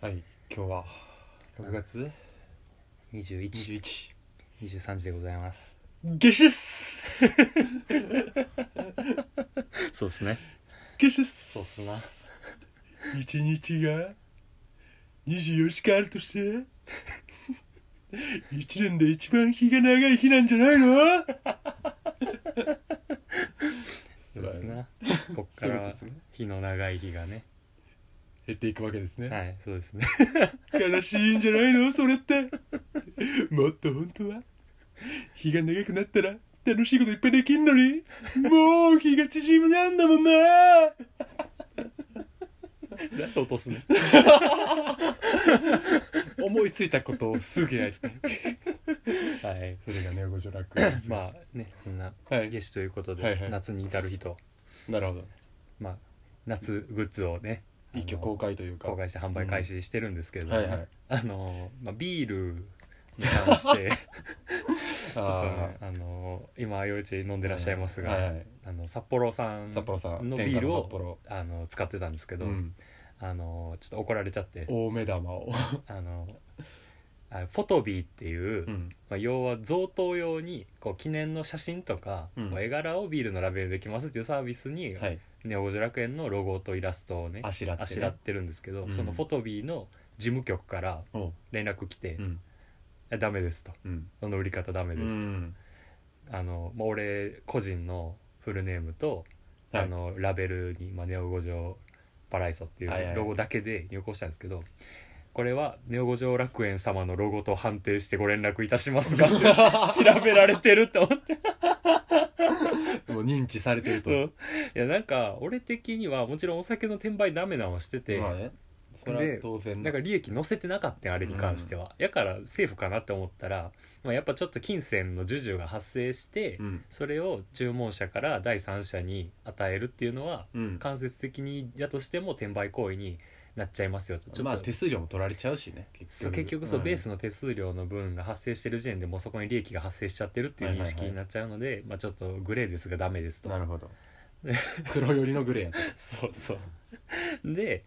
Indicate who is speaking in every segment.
Speaker 1: はい今日は6月
Speaker 2: 2123
Speaker 1: 21
Speaker 2: 時でございます
Speaker 1: 夏至です
Speaker 2: そうですね
Speaker 1: 夏至です
Speaker 2: そうっすな
Speaker 1: 一日が24時間あるとして一年で一番日が長い日なんじゃ ないの
Speaker 2: そうで
Speaker 1: そうだ
Speaker 2: すねこっから
Speaker 1: そ
Speaker 2: は
Speaker 1: うですね
Speaker 2: 日の長い日がね
Speaker 1: 減っていくわけですね、
Speaker 2: はいそうですね
Speaker 1: 悲しいんじゃないのそれってもっと本当は日が長くなったら楽しいこといっぱいできんのにもう日が縮むなんだもんな
Speaker 2: なんで落とすの
Speaker 1: 思いついたことをすぐやりたい
Speaker 2: はい
Speaker 1: それがねご助楽です
Speaker 2: まあねそんな
Speaker 1: はい
Speaker 2: 夏至ということで、
Speaker 1: はいはい
Speaker 2: 夏に至る日と
Speaker 1: なるほど
Speaker 2: まあ夏グッズをね
Speaker 1: 一挙
Speaker 2: あの
Speaker 1: 公開というか
Speaker 2: 公開して販売開始してるんですけれども、
Speaker 1: はいはい
Speaker 2: あの、まあ、ビールに関して ちょっと
Speaker 1: あ
Speaker 2: ねあの今夜うち飲んでらっしゃいますが、
Speaker 1: はいはい
Speaker 2: あの札幌さん
Speaker 1: ー札幌さん
Speaker 2: のビ
Speaker 1: 天下
Speaker 2: ール
Speaker 1: の
Speaker 2: を
Speaker 1: 札幌
Speaker 2: あの使ってたんですけど、
Speaker 1: うん
Speaker 2: あのちょっと怒られちゃって
Speaker 1: 大目玉を
Speaker 2: あのあフォトビーっていう、
Speaker 1: うん
Speaker 2: まあ、要は贈答用にこう記念の写真とか、
Speaker 1: うん
Speaker 2: こう絵柄をビールのラベルできますっていうサービスに、
Speaker 1: はい
Speaker 2: ネオ・ゴジ楽園のロゴとイラストをね
Speaker 1: あしらってね
Speaker 2: あしらってるんですけど、
Speaker 1: うん
Speaker 2: そのフォトビーの事務局から
Speaker 1: おう
Speaker 2: 連絡来て
Speaker 1: うん
Speaker 2: 「ダメです」と
Speaker 1: うん
Speaker 2: 「その売り方ダメです」とあのもう俺個人のフルネームと、
Speaker 1: はい
Speaker 2: あのラベルに「まあ、ネオ五条パライソ」ってい
Speaker 1: はいはいう
Speaker 2: ロゴだけで入稿したんですけど、これはネオ五条楽園様のロゴと判定してご連絡いたしますが って調べられてるって思って
Speaker 1: もう認知されてると
Speaker 2: いやなんか俺的にはもちろんお酒の転売ダメなのはしてて、
Speaker 1: まあねそれは当然
Speaker 2: だから利益載せてなかったんあれに関しては、やからセーフかなって思ったら、まあ、やっぱちょっと金銭の授受が発生して、
Speaker 1: うん
Speaker 2: それを注文者から第三者に与えるっていうのは
Speaker 1: うん
Speaker 2: 間接的にだとしても転売行為になっちゃいますよとちょっと、
Speaker 1: まあ手数料も取られちゃうしね結
Speaker 2: そう結局そう、ベース
Speaker 1: の
Speaker 2: の手数料の分が発生してる時点でもうそこに利益が発生しちゃってるっていう認識になっちゃうので、まあ、ちょっとグレーですがダメですと
Speaker 1: なるほ ど黒寄りのグレーやった
Speaker 2: そうそう で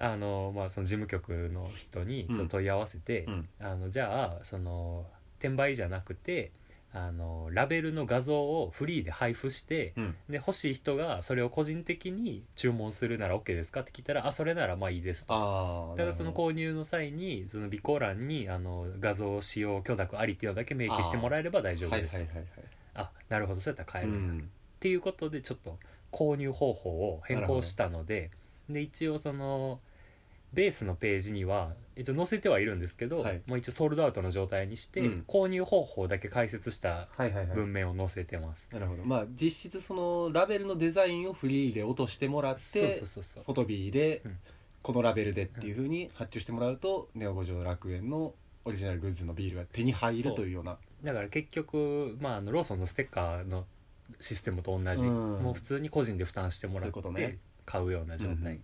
Speaker 2: あの、まあ、その事務局の人にちょっと問い合わせて、
Speaker 1: うん
Speaker 2: あのじゃあその転売じゃなくてあのラベルの画像をフリーで配布して、
Speaker 1: うん
Speaker 2: で欲しい人がそれを個人的に注文するなら OK ですかって聞いたら「あそれならまあいいです」と。
Speaker 1: ああ
Speaker 2: ただその購入の際にその備考欄にあの画像使用許諾ありっていうのだけ明記してもらえれば大丈夫
Speaker 1: はいは
Speaker 2: で
Speaker 1: い
Speaker 2: す
Speaker 1: はい
Speaker 2: と
Speaker 1: はい
Speaker 2: あなるほどそうやったら
Speaker 1: う
Speaker 2: 買えるんだ
Speaker 1: ん
Speaker 2: っていうことでちょっと購入方法を変更したのでで一応そのベースのページには一応載せてはいるんですけど、
Speaker 1: はい
Speaker 2: もう一応ソールドアウトの状態にして、
Speaker 1: うん
Speaker 2: 購入方法だけ解説した
Speaker 1: はいはいはい
Speaker 2: 文面を載せてます、
Speaker 1: なるほどまあ実質そのラベルのデザインをフリーで落としてもらって
Speaker 2: そうそうそうそう
Speaker 1: フォトビーで
Speaker 2: うん
Speaker 1: このラベルでっていうふうに発注してもらうと、ネオ五条楽園のオリジナルグッズのビールが手に入るというような
Speaker 2: だから結局、まあ、あのローソンのステッカーのシステムと同じ、
Speaker 1: うん
Speaker 2: もう普通に個人で負担しても
Speaker 1: そう
Speaker 2: ら
Speaker 1: いう
Speaker 2: っ
Speaker 1: こと
Speaker 2: て
Speaker 1: ね
Speaker 2: 買うような状態、
Speaker 1: うんうん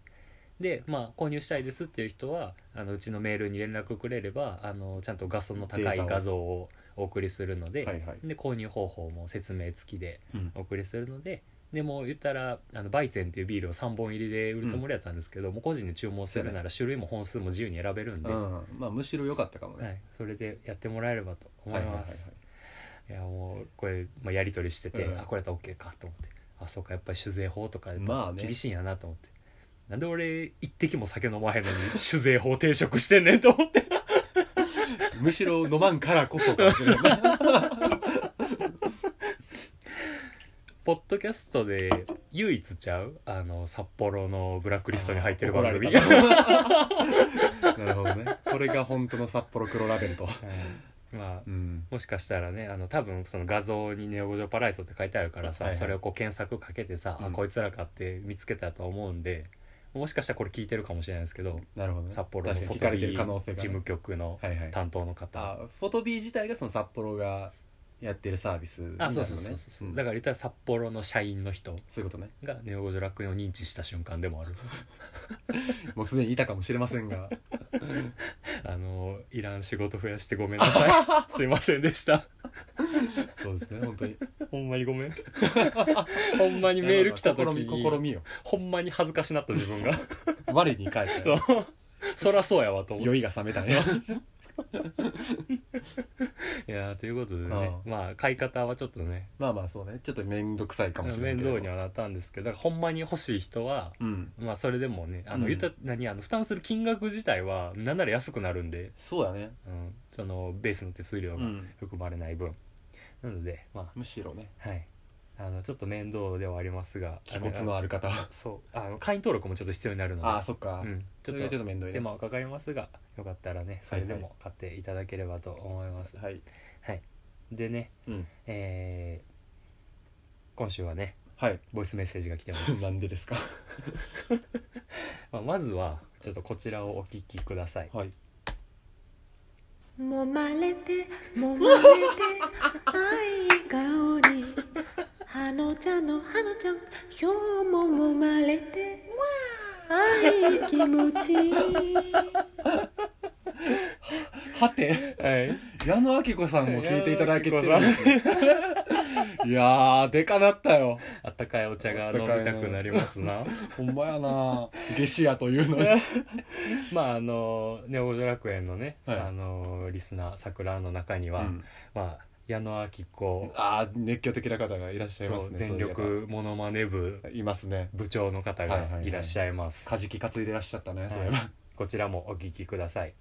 Speaker 2: で、まあ、購入したいですっていう人はあのうちのメールに連絡くれればあのちゃんと画素の高
Speaker 1: データ
Speaker 2: い
Speaker 1: を
Speaker 2: 画像をお送りするので,、
Speaker 1: はいはい
Speaker 2: で購入方法も説明付きで
Speaker 1: うん
Speaker 2: お送りするので。でもう言ったらあのバイゼンっていうビールを3本入りで売るつもりだったんですけど、もう個人で注文するなら種類も本数も自由に選べるんで、は
Speaker 1: まあむしろ良かったかもね、
Speaker 2: い、それでやってもらえればと思い
Speaker 1: はいはい
Speaker 2: ま
Speaker 1: はいはい
Speaker 2: す。いやもうこれ、まあ、やり取りしてて、
Speaker 1: うん
Speaker 2: あこれだったら OK かと思ってあそうかやっぱり酒税法とかやっぱ
Speaker 1: まあね
Speaker 2: 厳しいんやなと思って、なんで俺一滴も酒飲まへん のに酒税法抵触してんねんと思って
Speaker 1: むしろ飲まんからこそかもしれないな
Speaker 2: ポッドキャストで唯一ちゃうあの札幌のブラックリストに入ってる番組
Speaker 1: 怒られたなるほどねこれが本当の札幌黒ラベルと
Speaker 2: うんまあ
Speaker 1: うん
Speaker 2: もしかしたらねあの多分その画像に「ネオゴジョパライソ」って書いてあるからさ、
Speaker 1: はいはい
Speaker 2: それをこう検索かけてさ、
Speaker 1: う
Speaker 2: あ
Speaker 1: ん
Speaker 2: こいつらかって見つけたと思うんでもしかしたらこれ聞いてるかもしれないですけど
Speaker 1: なるほど、ね、
Speaker 2: 札幌の
Speaker 1: 確
Speaker 2: フ
Speaker 1: かに聞かれ
Speaker 2: ォト
Speaker 1: て
Speaker 2: ビ
Speaker 1: る可能
Speaker 2: ー
Speaker 1: 性
Speaker 2: 事
Speaker 1: が、
Speaker 2: 務局の
Speaker 1: はいはい
Speaker 2: 担当の方、
Speaker 1: あフォトビー自体がその札幌がやってるサービスみたいな
Speaker 2: あ
Speaker 1: のね
Speaker 2: そうそうそうそう、
Speaker 1: ん
Speaker 2: だから言ったら札幌の社員の人
Speaker 1: そういうことね
Speaker 2: がネオゴジョ楽園を認知した瞬間でもあ る
Speaker 1: もうすでにいたかもしれません が
Speaker 2: あのいらん仕事増やしてごめん なさいすいませんでした
Speaker 1: そうですね本当に
Speaker 2: ほんまにご めんほんまにメール来た時
Speaker 1: 試み試
Speaker 2: に
Speaker 1: みよ
Speaker 2: ほんまに恥ずかしなった自分が
Speaker 1: 我に返って
Speaker 2: そうそらそうやわと思って
Speaker 1: 酔いが冷めたね
Speaker 2: いやーということでね
Speaker 1: う
Speaker 2: まあ買い方はちょっとね
Speaker 1: まあまあそうねちょっと面倒くさいかもしれない
Speaker 2: 面
Speaker 1: けど
Speaker 2: 倒にはなったんですけどだからほんまに欲しい人は
Speaker 1: うん
Speaker 2: まあそれでもねあの、
Speaker 1: うん
Speaker 2: 言った何あの負担する金額自体はなんなら安くなるんで、
Speaker 1: そうだね
Speaker 2: うん、そのベースの手数料
Speaker 1: う
Speaker 2: が
Speaker 1: ん
Speaker 2: 含まれない分、なのでま
Speaker 1: むしろね
Speaker 2: あはいあのちょっと面倒ではありますが
Speaker 1: 気骨のある方
Speaker 2: あのそうあの会員登録もちょっと必要になるので
Speaker 1: ああそっか、
Speaker 2: うん、ち
Speaker 1: そ
Speaker 2: ょっ
Speaker 1: れがち
Speaker 2: と
Speaker 1: ょっと面倒い
Speaker 2: 手
Speaker 1: ね
Speaker 2: 間はかかりますがよかったらねそれで
Speaker 1: はい
Speaker 2: も買っていただければと思います、
Speaker 1: はい
Speaker 2: でね
Speaker 1: うん
Speaker 2: えー今週はね
Speaker 1: はい
Speaker 2: ボイスメッセージが来てます
Speaker 1: なんでですか
Speaker 2: まあまずはちょっとこちらをお聞きください
Speaker 1: はい
Speaker 3: 揉まれて揉まれてあいい香りはのちゃんのはのちゃん今日も揉まれてあいい気持ち
Speaker 1: はて
Speaker 2: はい
Speaker 1: 矢野明子さんも聞いていただけてる
Speaker 2: 矢野明
Speaker 1: いやーでかなったよ
Speaker 2: あったかいお茶が飲みたくなりますな
Speaker 1: ほんまやな夏至やというの に
Speaker 2: まああのネオ・ド楽園のね、
Speaker 1: はい
Speaker 2: あのリスナー桜の中に
Speaker 1: う
Speaker 2: は、
Speaker 1: ん
Speaker 2: まあ矢野明子
Speaker 1: ああ熱狂的な方がいらっしゃいますね
Speaker 2: 全
Speaker 1: そうい
Speaker 2: 力モノマネ部
Speaker 1: えばいますね
Speaker 2: 部長の方
Speaker 1: はいはいは
Speaker 2: が
Speaker 1: い
Speaker 2: いらっしゃいます、
Speaker 1: カジキ担いでらっしゃったね、そういえ
Speaker 2: はいこちらもお聞きください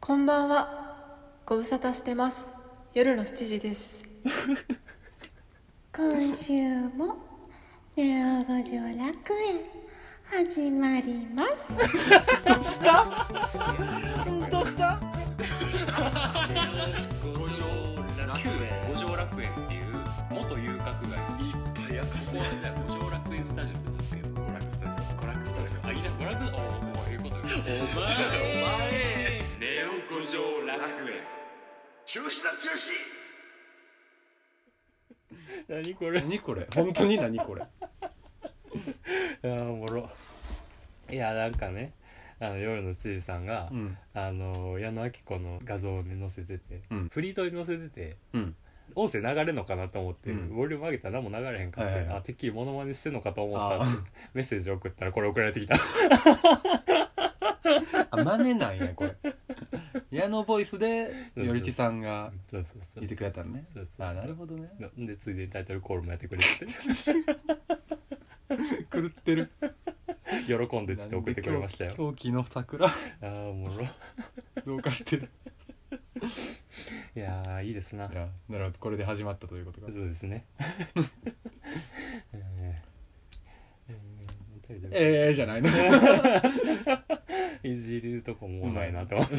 Speaker 4: こんばんは。ご無沙汰してます。夜の7時です。
Speaker 3: 今週もネオ五条楽園始まります
Speaker 2: 五条五条楽園っていう元遊郭街いっぱいやかせここ五条楽園スタジオってなってよ娯楽スタジオ娯楽スタジオあいいな娯楽おお前いうことよお前お前ネオ五条楽園
Speaker 5: 中止だ中止
Speaker 2: 何これ
Speaker 1: ば何これ本当に何これ
Speaker 2: あーおもろいやなんかねあの夜の知事さんが、
Speaker 1: うん
Speaker 2: あの矢野明子の画像をね載せてて、
Speaker 1: うん
Speaker 2: フリートに載せてて
Speaker 1: うん
Speaker 2: 音声流れるのかなと思って、
Speaker 1: うん
Speaker 2: ボリューム上げたら何も流れへんかって、
Speaker 1: はいはいはい
Speaker 2: あてっきりモノマネしてんのかと思った
Speaker 1: あ
Speaker 2: ってメッセージ送ったらこれ送られてきた
Speaker 1: ーあ真似なんやこれ矢野ボイスで
Speaker 2: うん
Speaker 1: よりちさんが
Speaker 2: そうそうそう
Speaker 1: いてくれたのね
Speaker 2: そうそうそう
Speaker 1: あなるほどね
Speaker 2: でついでにタイトルコールもやってくれて
Speaker 1: 狂ってる
Speaker 2: 喜んでっつって送ってくれましたよ
Speaker 1: 狂気の桜
Speaker 2: ああおもろい
Speaker 1: どうかしてる
Speaker 2: やーいいですない
Speaker 1: やなるほどこれで始まったということか
Speaker 2: そうですねえーえー
Speaker 1: ええー、じゃ ないの
Speaker 2: いじるとこもないなと思って、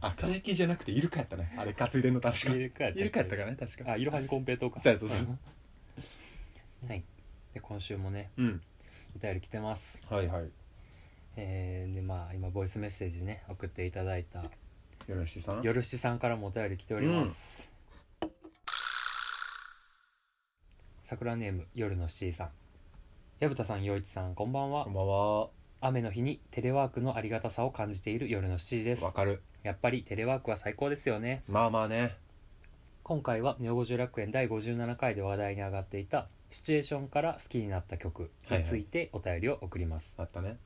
Speaker 1: あカジキじゃなくてイルカやったねあれ担いでんの確か
Speaker 2: イルカやったっけ
Speaker 1: イルカやったかね確か
Speaker 2: あいろはにコンペイトか
Speaker 1: そうそうそう
Speaker 2: はいで今週もね
Speaker 1: うん
Speaker 2: お便り来てます
Speaker 1: はいはい
Speaker 2: えー、でまあ今ボイスメッセージね送っていただいた
Speaker 1: よろしさん
Speaker 2: よろしさんからもお便り来ております、桜ネーム夜のしーさん薮田さん陽一さんこんばんは
Speaker 1: こんばんは
Speaker 2: 雨の日にテレワークのありがたさを感じている夜のしーです
Speaker 1: わかる
Speaker 2: やっぱりテレワークは最高ですよね
Speaker 1: まあまあね
Speaker 2: 今回は「ネオ五十楽園」第57回で話題に上がっていたシチュエーションから好きになった曲についてお便りを送ります、
Speaker 1: あったね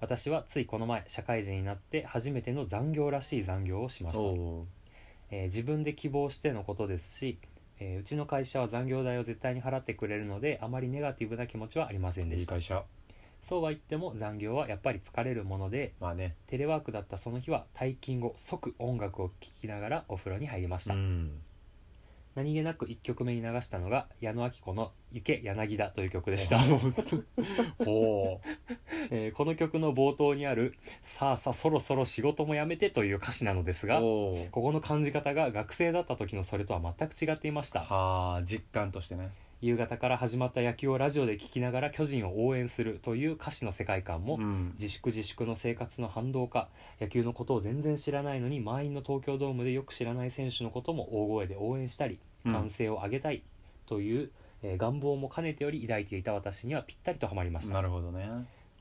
Speaker 2: 私はついこの前社会人になって初めての残業らしい残業をしました、
Speaker 1: お
Speaker 2: えー自分で希望してのことですし、えーうちの会社は残業代を絶対に払ってくれるのであまりネガティブな気持ちはありませんで
Speaker 1: いい
Speaker 2: した
Speaker 1: 会社
Speaker 2: そうは言っても残業はやっぱり疲れるもので
Speaker 1: まあね
Speaker 2: テレワークだったその日は退勤後即音楽を聴きながらお風呂に入りました、
Speaker 1: ん
Speaker 2: 何気なく1曲目に流したのが矢野明子の「雪柳田」という曲でした、
Speaker 1: ほ
Speaker 2: えーこの曲の冒頭にある「さあさあそろそろ仕事も辞めて」という歌詞なのです
Speaker 1: う
Speaker 2: がこ
Speaker 1: お
Speaker 2: この感じ方が学生だった時のそれとは全く違っていました
Speaker 1: はあ実感としてね
Speaker 2: 夕方から始まった野球をラジオで聴きながら巨人を応援するという歌詞の世界観も
Speaker 1: ん
Speaker 2: 自粛自粛の生活の反動か野球のことを全然知らないのに満員の東京ドームでよく知らない選手のことも大声で応援したり
Speaker 1: うん
Speaker 2: 歓声を上げたいという、えー願望も兼ねてより抱いていた私にはぴったりとはまりまし
Speaker 1: な
Speaker 2: た
Speaker 1: るほどね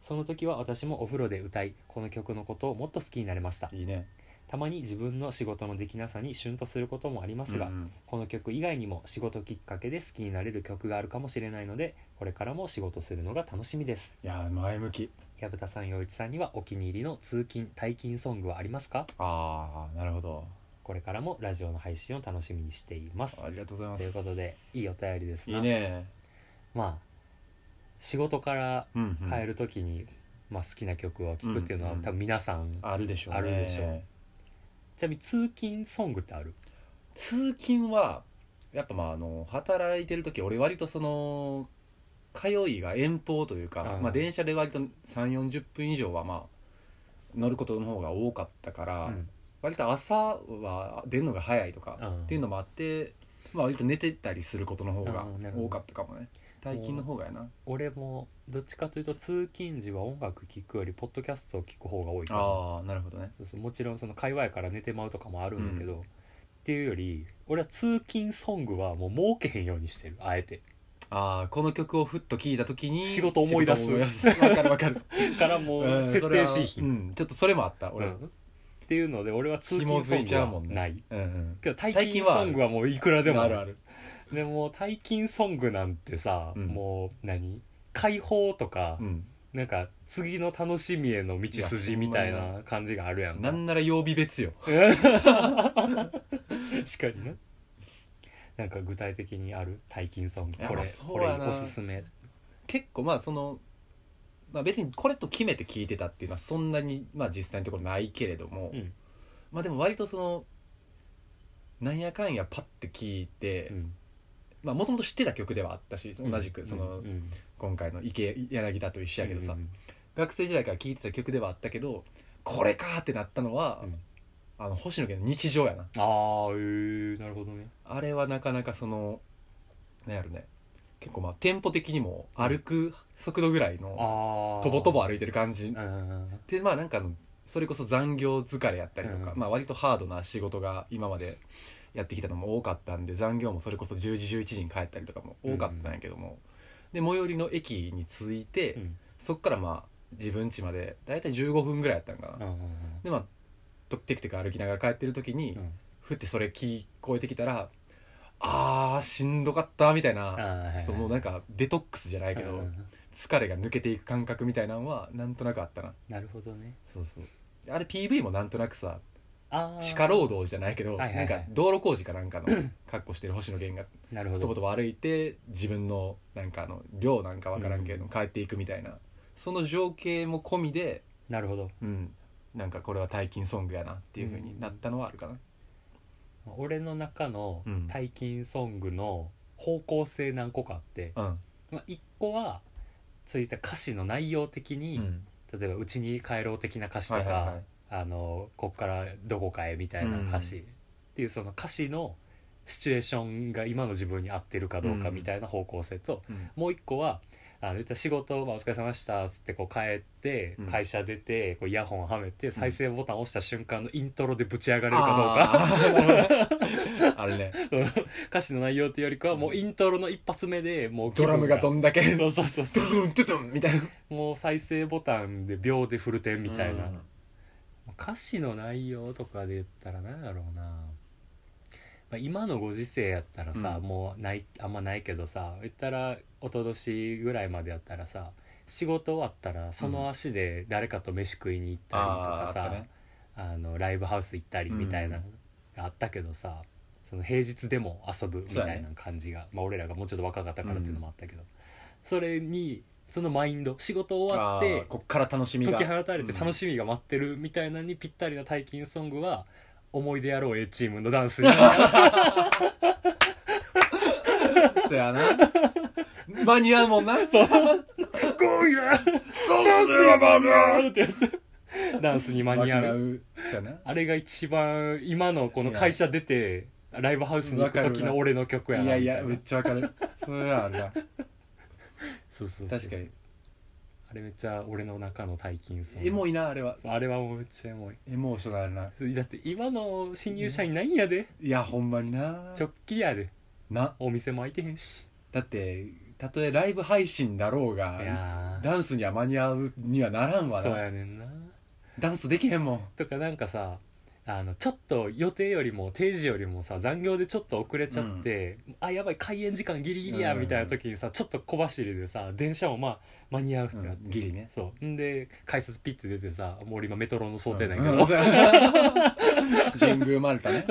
Speaker 2: その時は私もお風呂で歌いこの曲のことをもっと好きになれました
Speaker 1: いいね
Speaker 2: たまに自分の仕事のできなさにシュンとすることもありますが、
Speaker 1: うん
Speaker 2: この曲以外にも仕事きっかけで好きになれる曲があるかもしれないのでこれからも仕事するのが楽しみです
Speaker 1: いやー前向き
Speaker 2: 矢蓋さん陽一さんにはお気に入りの通勤退勤ソングはありますか
Speaker 1: ああなるほど
Speaker 2: これからもラジオの配信を楽しみにしています
Speaker 1: ありがとうございま
Speaker 2: という
Speaker 1: す
Speaker 2: ことでいいお便りです
Speaker 1: い
Speaker 2: ない
Speaker 1: ね
Speaker 2: まあ仕事から
Speaker 1: うん、うん、
Speaker 2: 帰る時に、まあ、好きな曲を聴くっていうのは、
Speaker 1: うんうん
Speaker 2: 多分皆さん
Speaker 1: あるでしょうね
Speaker 2: あるでしょうちなみに通勤ソングってある
Speaker 1: 通勤はやっぱまああの働いてる時俺割とその通いが遠方というか、
Speaker 2: うん
Speaker 1: まあ、電車で割と3 4 0分以上はまあ乗ることの方が多かったから、
Speaker 2: うん
Speaker 1: 割と朝は出るのが早いとか、
Speaker 2: うん
Speaker 1: っていうのもあって、まあ、割と寝てたりすることの方が
Speaker 2: うんなるほど
Speaker 1: 多かったかもね退勤の方がやな
Speaker 2: 俺もどっちかというと通勤時は音楽聴くよりポッドキャストを聴く方が多いから
Speaker 1: ああなるほどね
Speaker 2: そうそうもちろんその界隈から寝てまうとかもあるんだけど、っていうより俺は通勤ソングはもう儲けへんようにしてるあ えて
Speaker 1: ああこの曲をふっと聴いた時に
Speaker 2: 仕事思い出す
Speaker 1: 仕事思 い出すわかるわかる
Speaker 2: からもう設
Speaker 1: それ
Speaker 2: 定
Speaker 1: は
Speaker 2: しひ、
Speaker 1: うんん、ちょっとそれもあった
Speaker 2: う
Speaker 1: 俺、
Speaker 2: んっていうので俺は通
Speaker 1: 紐
Speaker 2: 勤ソ
Speaker 1: づ
Speaker 2: ン
Speaker 1: い
Speaker 2: グ
Speaker 1: ちゃうも
Speaker 2: は
Speaker 1: んね
Speaker 2: ない、
Speaker 1: うんうん
Speaker 2: けど退勤ソングはもういくらでも
Speaker 1: あるある
Speaker 2: でも退勤ソングなんてさ、
Speaker 1: うん
Speaker 2: もう何解放とか、
Speaker 1: うん
Speaker 2: なんか次の楽しみへの道筋みたいな感じがあるやんか
Speaker 1: なんなら曜日別よ
Speaker 2: 確かにななんか具体的にある大金ソング
Speaker 1: いや
Speaker 2: これ
Speaker 1: まあそ
Speaker 2: こ
Speaker 1: うや
Speaker 2: れ
Speaker 1: な
Speaker 2: おすすめ
Speaker 1: 結構まあその、まあ、別にこれと決めて聞いてたっていうのはそんなにまあ実際のところないけれども、
Speaker 2: うん
Speaker 1: まあでも割とそのなんやかんやパッて聞いて
Speaker 2: うん
Speaker 1: まあもともと知ってた曲ではあったし同じくその、
Speaker 2: うん
Speaker 1: 今回の池柳田と一緒やけどさ、
Speaker 2: うん
Speaker 1: 学生時代から聴いてた曲ではあったけどこれかーってなったのは、
Speaker 2: うん
Speaker 1: あの星野源の日常やな
Speaker 2: ああえー、なるほどね
Speaker 1: あれはなかなかそのなんやろね結構まあテンポ的にも歩く速度ぐらいの
Speaker 2: ああ
Speaker 1: とぼとぼ歩いてる感じ
Speaker 2: うん
Speaker 1: でまあなんかあのそれこそ残業疲れやったりとか、
Speaker 2: うん
Speaker 1: まあ割とハードな仕事が今までやってきたのも多かったんで残業もそれこそ10時11時に帰ったりとかも多かったんやけども、で最寄りの駅に着いて、
Speaker 2: うん
Speaker 1: そっからまあ自分家まで大体15分ぐらいやったんかな、
Speaker 2: うん
Speaker 1: でまあとテクテク歩きながら帰ってる時に、
Speaker 2: うん
Speaker 1: ふってそれ聞こえてきたらあーしんどかったみたい
Speaker 2: あ
Speaker 1: な、
Speaker 2: ーはい
Speaker 1: そうもうなんかデトックスじゃないけど、
Speaker 2: うんうん
Speaker 1: 疲れが抜けていく感覚みたいなのはなんとなくあったな
Speaker 2: なるほどね
Speaker 1: そうそうあれ PV もなんとなくさ
Speaker 2: ああ
Speaker 1: 地下労働じゃないけど、
Speaker 2: はいはいはい
Speaker 1: なんか道路工事かなんか の格好してる星野源が
Speaker 2: なるほ
Speaker 1: とぼ
Speaker 2: ど
Speaker 1: とぼ歩いて自分のなんかあの寮なんかわからんけれども帰っていくみたいな、その情景も込みで
Speaker 2: なるほど
Speaker 1: うんなんかこれは大金ソングやなっていうふうになったのはあるかな、
Speaker 2: 俺の中の
Speaker 1: うん
Speaker 2: 大金ソングの方向性何個かあって、
Speaker 1: うん
Speaker 2: まあ、1個はそういった歌詞の内容的に、
Speaker 1: うん
Speaker 2: 例えば「うちに帰ろう」的な歌詞と
Speaker 1: は
Speaker 2: か、
Speaker 1: いはいはい
Speaker 2: あの「こっからどこかへ」みたいな歌詞、
Speaker 1: う
Speaker 2: っていうその歌詞のシチュエーションが今の自分に合ってるかどうかみたいな方向性と、
Speaker 1: うん
Speaker 2: もう一個はあの言ったら仕事、まあ、お疲れ様でしたっつってこう帰って
Speaker 1: うん
Speaker 2: 会社出てこうイヤホンはめて再生ボタンを押した瞬間のイントロでぶち上がれるか
Speaker 1: どう かあれね
Speaker 2: どうか 歌詞の内容というよりかはもうイントロの一発目でもう気
Speaker 1: ド
Speaker 2: 分
Speaker 1: ラムがどんだけ
Speaker 2: そ
Speaker 1: ド
Speaker 2: うそうそうそう
Speaker 1: ゥンドゥドゥンみたいな
Speaker 2: もう再生ボタンで秒でフル点みたい
Speaker 1: う
Speaker 2: な、
Speaker 1: ん
Speaker 2: 歌詞の内容とかで言ったら何だろうな、まあ、今のご時世やったらさ、
Speaker 1: うん
Speaker 2: もうないあんまないけどさ言ったら一昨年ぐらいまでやったらさ仕事終わったらその足で誰かと飯食いに行ったりと
Speaker 1: あ
Speaker 2: か
Speaker 1: ーあ
Speaker 2: さ
Speaker 1: っ、たね
Speaker 2: あのライブハウス行ったりみたいな、
Speaker 1: うん
Speaker 2: あったけどさその平日でも遊ぶみた
Speaker 1: そう
Speaker 2: い
Speaker 1: やね
Speaker 2: な感じが、まあ、俺らがもうちょっと若かったからっていうのもあったけど、それにそのマインド仕事終わ
Speaker 1: あ
Speaker 2: って
Speaker 1: ーこっから楽しみが
Speaker 2: 解き放たれて楽しみが待ってるみたいなのにぴったりな退勤ソングは「思い出やろう A チームのダンスに」
Speaker 1: みやな間に合うもんな
Speaker 2: そう
Speaker 6: 今夜ど
Speaker 2: ダンスに間に合うってやつダンスに間に合う
Speaker 1: うそうやな
Speaker 2: あれが一番今のこの会社出てライブハウスに行く時の俺の曲や
Speaker 1: い
Speaker 2: な
Speaker 1: や
Speaker 2: み
Speaker 1: い
Speaker 2: た
Speaker 1: や
Speaker 2: い
Speaker 1: め
Speaker 2: な
Speaker 1: っちゃわかるそれはあ れだ
Speaker 2: そうそうそう
Speaker 1: 確かに
Speaker 2: あれめっちゃ俺の中の退勤ソング
Speaker 1: エモいなあれは
Speaker 2: そうあれはもうめっちゃエモい
Speaker 1: エモーショナルな
Speaker 2: だって今の新入社員ないんやで
Speaker 1: いやほんまにな
Speaker 2: 直帰やで
Speaker 1: な
Speaker 2: お店も開いてへんし
Speaker 1: だってたとえライブ配信だろう
Speaker 2: い
Speaker 1: が
Speaker 2: やー
Speaker 1: ダンスには間に合うにはならんわ
Speaker 2: そう
Speaker 1: な
Speaker 2: やねんな
Speaker 1: ダンスできへんもん
Speaker 2: とかなんかさあのちょっと予定よりも定時よりもさ残業でちょっと遅れちゃって、あやばい開演時間ギリギリや、
Speaker 1: うん
Speaker 2: みたいな時にさちょっと小走りでさ電車もまあ間に合うってなって、
Speaker 1: うんギリね
Speaker 2: そううんで改札ピッて出てさもう俺今メトロの想定ないけど、
Speaker 1: うん うん神宮丸太ね、